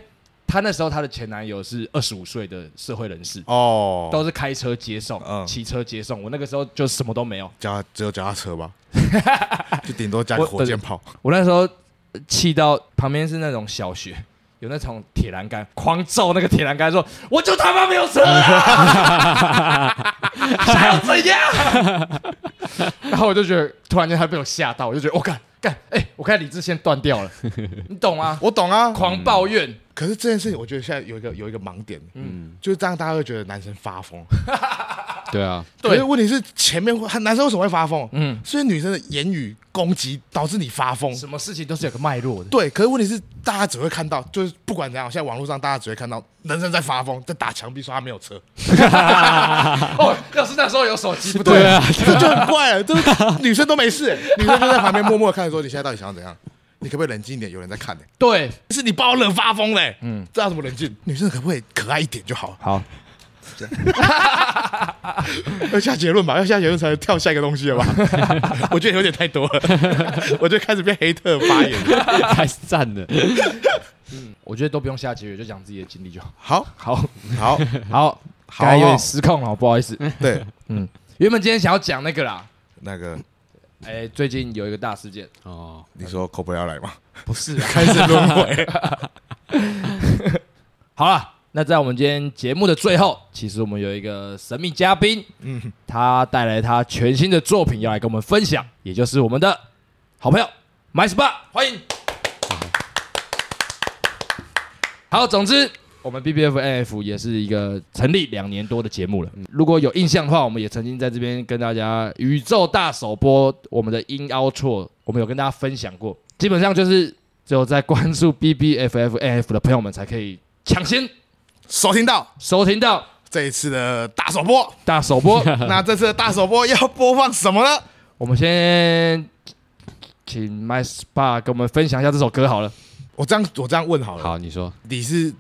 Speaker 2: 她那时候她的前男友是二十五岁的社会人士，
Speaker 3: 哦，
Speaker 2: 都是开车接送
Speaker 3: 嗯，
Speaker 2: 骑、车接送。我那个时候就什么都没有，
Speaker 3: 加只有脚踏
Speaker 2: *laughs*
Speaker 3: 车吧，就顶多加个
Speaker 2: 我
Speaker 3: 火箭炮。
Speaker 2: 我那时候呃气到旁边是那种小学，有那种铁栏杆，狂揍那个铁栏杆，说我就他妈没有车啊， *laughs* 想要怎样？
Speaker 3: *laughs*
Speaker 2: 然后我就觉得突然间他被我吓到，我就觉得我干干，哎、我看理智线断掉
Speaker 3: *laughs*
Speaker 2: 了，你懂吗？
Speaker 3: 我懂啊，
Speaker 2: 狂抱怨，
Speaker 3: 可是这件事情我觉得现在有一个有一个盲点，嗯，就是这样大家会觉得男生发疯。
Speaker 4: 对啊，
Speaker 2: *laughs* 对
Speaker 3: 可是问题是前面会男生为什么会发疯？
Speaker 2: 嗯，
Speaker 3: 所以女生的言语攻击导致你发疯。
Speaker 2: 什么事情都是有个脉络
Speaker 3: *laughs*
Speaker 2: 的。
Speaker 3: 对，可是问题是大家只会看到，就是不管怎样，现在网络上大家只会看到男生在发疯，在打墙壁说他没有车，
Speaker 2: 哦，要是那时候有手机，不对
Speaker 4: 对啊，
Speaker 3: 这就很怪了，就是女生都没事、女生就在旁边默默地看说你现在到底想要怎样？你可不可以冷静一点？有人在看呢、
Speaker 2: 对，
Speaker 3: 是你把我惹发疯嘞、嗯，这要怎么冷静？女生可不可以可爱一点就好了？
Speaker 2: 好，
Speaker 3: *laughs* 要下结论吧，要下结论才能跳下一个东西了吧？我觉得有点太多了，我就开始变黑特发言了。
Speaker 4: *laughs* 太赞了，
Speaker 2: 嗯我觉得都不用下结语，就讲自己的经历
Speaker 4: *laughs*
Speaker 2: 就好。
Speaker 3: 好
Speaker 2: 好。
Speaker 3: 好
Speaker 2: 好，
Speaker 3: 好
Speaker 2: 刚才有点失控了，不好意思。嗯
Speaker 3: 对，
Speaker 2: 原本今天想要讲那个啦，
Speaker 3: 那个
Speaker 2: 哎，最近有一个大事件，
Speaker 4: 哦，
Speaker 3: 你说口碑要来吗？
Speaker 2: 不是、啊？
Speaker 3: 开始轮回，
Speaker 2: 好了，那在我们今天节目的最后，其实我们有一个神秘嘉宾，嗯，他带来他全新的作品要来跟我们分享，也就是我们的好朋友 My Spa，欢迎。好，总之。我们 B B F N F 也是一个成立两年多的节目了。如果有印象的话，我们也曾经在这边跟大家宇宙大首播我们的 In Out 错，我们有跟大家分享过。基本上就是只有在关注 B B F F N F 的朋友们才可以抢先
Speaker 3: 收听到
Speaker 2: 收听到
Speaker 3: 这一次的大首播，
Speaker 2: 大首播。
Speaker 3: *laughs* 那这次的大首播要播放什么呢？
Speaker 2: 我们先请 My Spa 跟我们分享一下这首歌好了。
Speaker 3: 我这样我这样问好了，
Speaker 4: 好，你说，
Speaker 3: 你是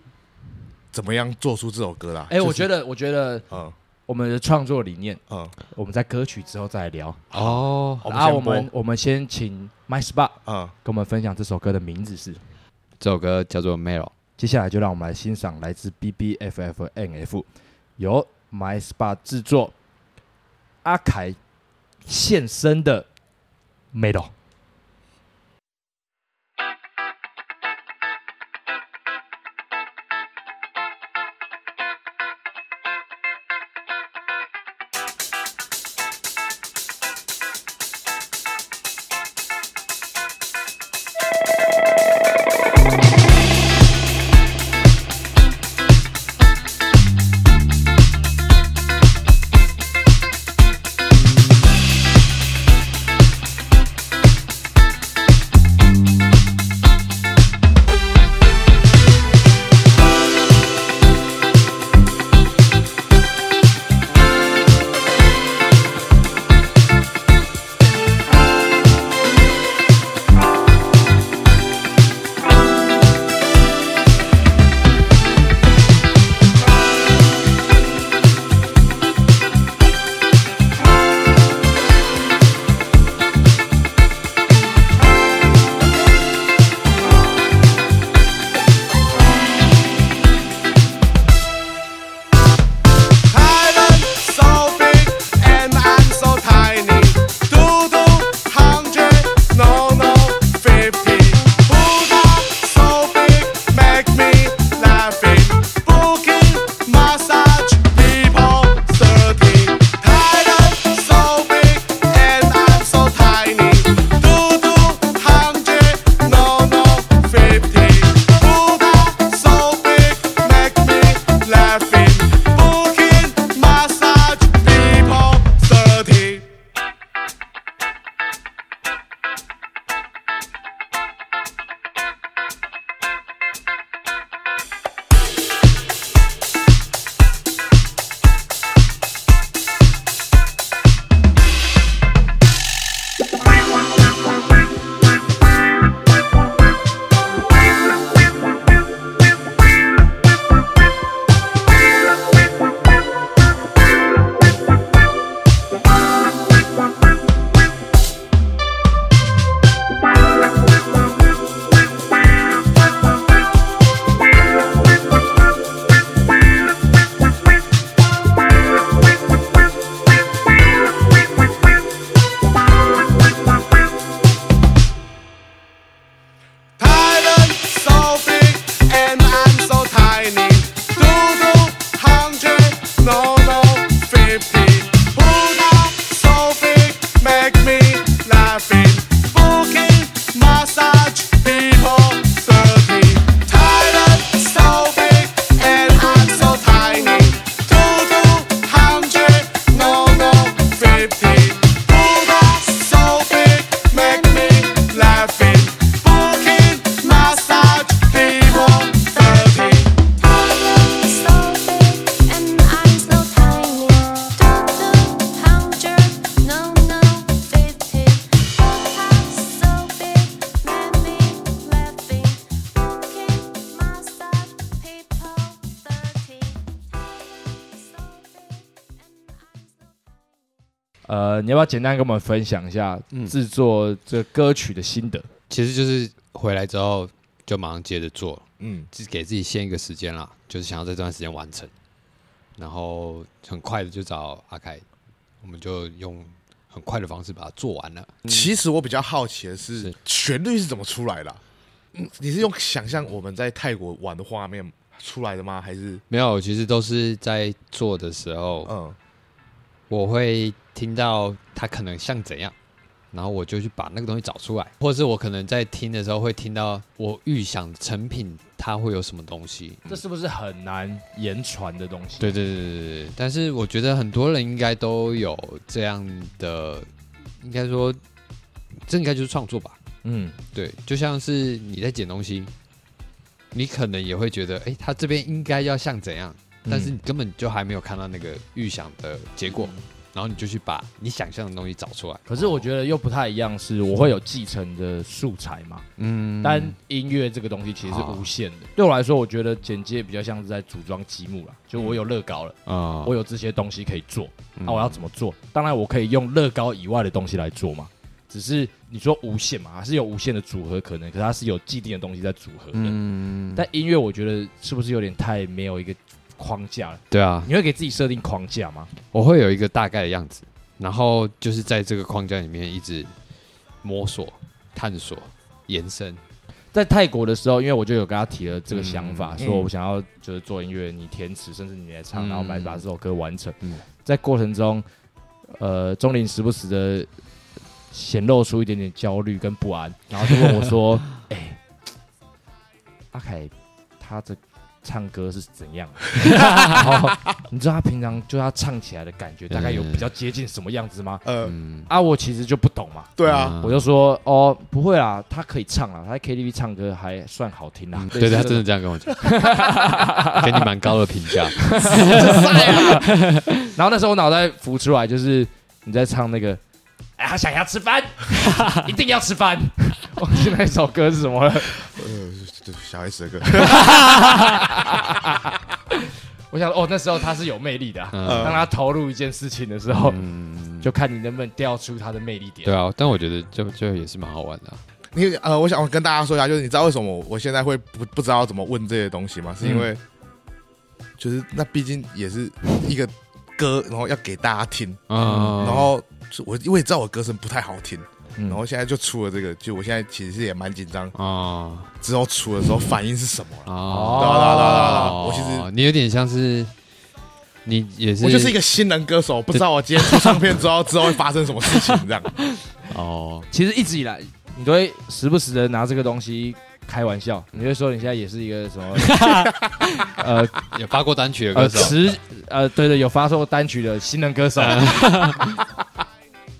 Speaker 3: 怎么样做出这首歌的啊？
Speaker 2: 哎、我觉
Speaker 3: 得，
Speaker 2: 得，我觉得
Speaker 3: 嗯
Speaker 2: 我们的创作理念，
Speaker 3: 嗯，
Speaker 2: 我们在歌曲之后再来聊。
Speaker 4: 哦，
Speaker 3: 我
Speaker 2: 啊，我
Speaker 3: 先播
Speaker 2: 们我们先请 My Spa
Speaker 3: 嗯，
Speaker 2: 跟我们分享这首歌的名字是。
Speaker 4: 这首歌叫做《Melo》，
Speaker 2: 接下来就让我们来欣赏来自 B B F F N F 由 My Spa 制作，阿凯现身的 Melo。
Speaker 5: Thank
Speaker 2: 呃，你要不要简单跟我们分享一下
Speaker 5: 嗯
Speaker 2: 制作这歌曲的心得？
Speaker 4: 其实就是回来之后就马上接着做，
Speaker 3: 嗯，
Speaker 4: 自己给自己限一个时间啦，就是想要在这段时间完成。然后很快的就找阿凯，我们就用很快的方式把它做完了。
Speaker 2: 嗯
Speaker 3: 其实我比较好奇的是
Speaker 4: 是，
Speaker 3: 旋律是怎么出来的啊、嗯你是用想象我们在泰国玩的画面出来的吗？还是
Speaker 4: 没有，其实都是在做的时候，
Speaker 2: 哦
Speaker 3: 嗯
Speaker 4: 我会听到他可能像怎样，然后我就去把那个东西找出来，或者是我可能在听的时候会听到我预想成品它会有什么东西。
Speaker 2: 这是不是很难言传的东西？
Speaker 4: 对对对对对对，但是我觉得很多人应该都有这样的，应该说，这应该就是创作吧。
Speaker 2: 嗯，
Speaker 4: 对，就像是你在捡东西，你可能也会觉得，哎，它这边应该要像怎样，
Speaker 2: 嗯
Speaker 4: 但是你根本就还没有看到那个预想的结果，然后你就去把你想象的东西找出来。
Speaker 2: 嗯可是我觉得又不太一样，是我会有继承的素材嘛。
Speaker 4: 嗯，
Speaker 2: 但音乐这个东西其实是无限的。对我来说，我觉得剪接比较像是在组装积木啦，就我有乐高了，
Speaker 4: 啊
Speaker 2: 我有这些东西可以做，啊
Speaker 4: 嗯
Speaker 2: 那我要怎么做？当然，我可以用乐高以外的东西来做嘛。只是你说无限嘛，还是有无限的组合可能，可是它是有既定的东西在组合的。
Speaker 4: 嗯，
Speaker 2: 但音乐我觉得是不是有点太没有一个框架了？
Speaker 4: 对啊，
Speaker 2: 你会给自己设定框架吗？
Speaker 4: 我会有一个大概的样子，然后就是在这个框架里面一直摸索、探索、延伸。
Speaker 2: 在泰国的时候，因为我就有跟他提了这个想法，
Speaker 3: 嗯
Speaker 2: 说我想要就是做音乐，你填词，甚至你来唱，
Speaker 4: 嗯
Speaker 2: 然后来把这首歌完成。
Speaker 4: 嗯
Speaker 2: 在过程中，呃，钟林时不时的显露出一点点焦虑跟不安，然后就问我说：“哎、阿凯，他这唱歌是怎样的？”然后你知道他平常就他唱起来的感觉大概有比较接近什么样子吗？
Speaker 3: 呃，
Speaker 4: 嗯，
Speaker 2: 啊，我其实就不懂嘛。
Speaker 3: 对啊，
Speaker 2: 我就说哦，不会啦，他可以唱啦，他在 KTV 唱歌还算好听啦。
Speaker 4: 嗯对他真的这样跟我讲， *laughs* 给你蛮高的评价。
Speaker 2: *laughs* 然后那时候我脑袋浮出来，就是你在唱那个，哎，他想要吃
Speaker 4: *laughs*
Speaker 2: 饭，一定要吃饭。 *laughs* 忘记那首歌是什么了？
Speaker 3: 呃，对
Speaker 2: 嗯
Speaker 3: 小 S 的歌， *laughs*
Speaker 2: 我想哦，那时候他是有魅力的啊、
Speaker 4: 嗯
Speaker 2: 当他投入一件事情的时候，
Speaker 4: 嗯，
Speaker 2: 就看你能不能调出他的魅力点。
Speaker 4: *laughs* 对啊，但我觉得就就也是蛮好玩的啊、
Speaker 3: 你呃，我想跟大家说一下，就是你知道为什么我现在会不不知道怎么问这些东西
Speaker 2: 嗯
Speaker 3: 吗？是因为、就是那毕竟也是一个歌，然后要给大家听，
Speaker 4: 嗯，
Speaker 3: 然后就我因为知道我歌声不太好听，
Speaker 2: 哦嗯
Speaker 3: 然后现在就出了这个，就我现在其实也蛮紧张，
Speaker 4: 啊
Speaker 3: 之后出的时候反应是什么了？
Speaker 2: 哦
Speaker 4: 啊，
Speaker 3: 对啊对啊对啊对啊
Speaker 4: 哦
Speaker 3: 我其实
Speaker 4: 你有点像是你也是，
Speaker 3: 我就是一个新人歌手，不知道我今天出唱片之后 *laughs* 之后会发生什么事情，这样。
Speaker 4: 哦，
Speaker 2: 其实一直以来，你都会时不时的拿这个东西开玩笑，你会说你现在也是一个什么呃
Speaker 4: 有发过单曲的
Speaker 2: 呃，
Speaker 4: 歌手，
Speaker 2: 词呃，对对，有发售单曲的新人歌手，
Speaker 4: 呃
Speaker 2: *laughs*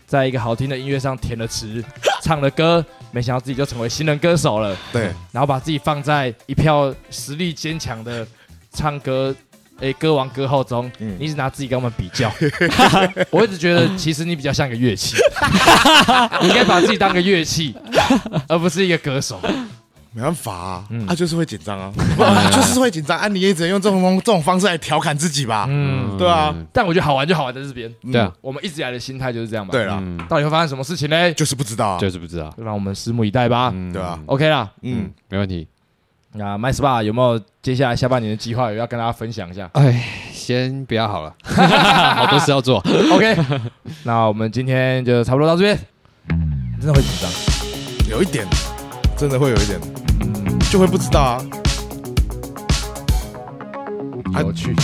Speaker 2: 在一个好听的音乐上填了词，唱了歌，没想到自己就成为新人歌手了，
Speaker 3: 对，
Speaker 2: 然后把自己放在一票实力坚强的唱歌。诶，歌王歌后中，
Speaker 3: 嗯
Speaker 2: 你一直拿自己跟我们比
Speaker 4: *laughs*
Speaker 2: 较，我一直觉得其实你比较像个乐器，你应该把自己当个乐
Speaker 4: *laughs*
Speaker 2: 器，而不是一个歌手。
Speaker 3: 没办法啊，
Speaker 2: 嗯
Speaker 3: 他、就是会紧张啊，不就是会紧张啊，你也只能用这种方这种方式来调侃自己吧。
Speaker 2: 嗯，
Speaker 3: 对啊，
Speaker 2: 但我觉得好玩就好玩在这边，
Speaker 4: 对啊，
Speaker 2: 我们一直以来的心态就是这样嘛。
Speaker 3: 对了，
Speaker 4: 嗯，
Speaker 2: 到底会发生什么事情呢？
Speaker 3: 就是不知道、啊，
Speaker 4: 就是不知道，
Speaker 2: 就让我们拭目以待吧。
Speaker 4: 嗯
Speaker 3: 对啊，
Speaker 2: OK 啦，
Speaker 3: 嗯，
Speaker 4: 没问题。
Speaker 2: 那 My Spa 有没有接下来下半年的计划，有要跟大家分享一 *laughs* 下
Speaker 4: 哎，先不要好了， *laughs* 好多事要做。
Speaker 2: ？OK，那我们今天就差不多到这边。真的会嗯紧张，
Speaker 3: 有一点，真的会有一点，就会不知道啊。啊
Speaker 2: 有趣。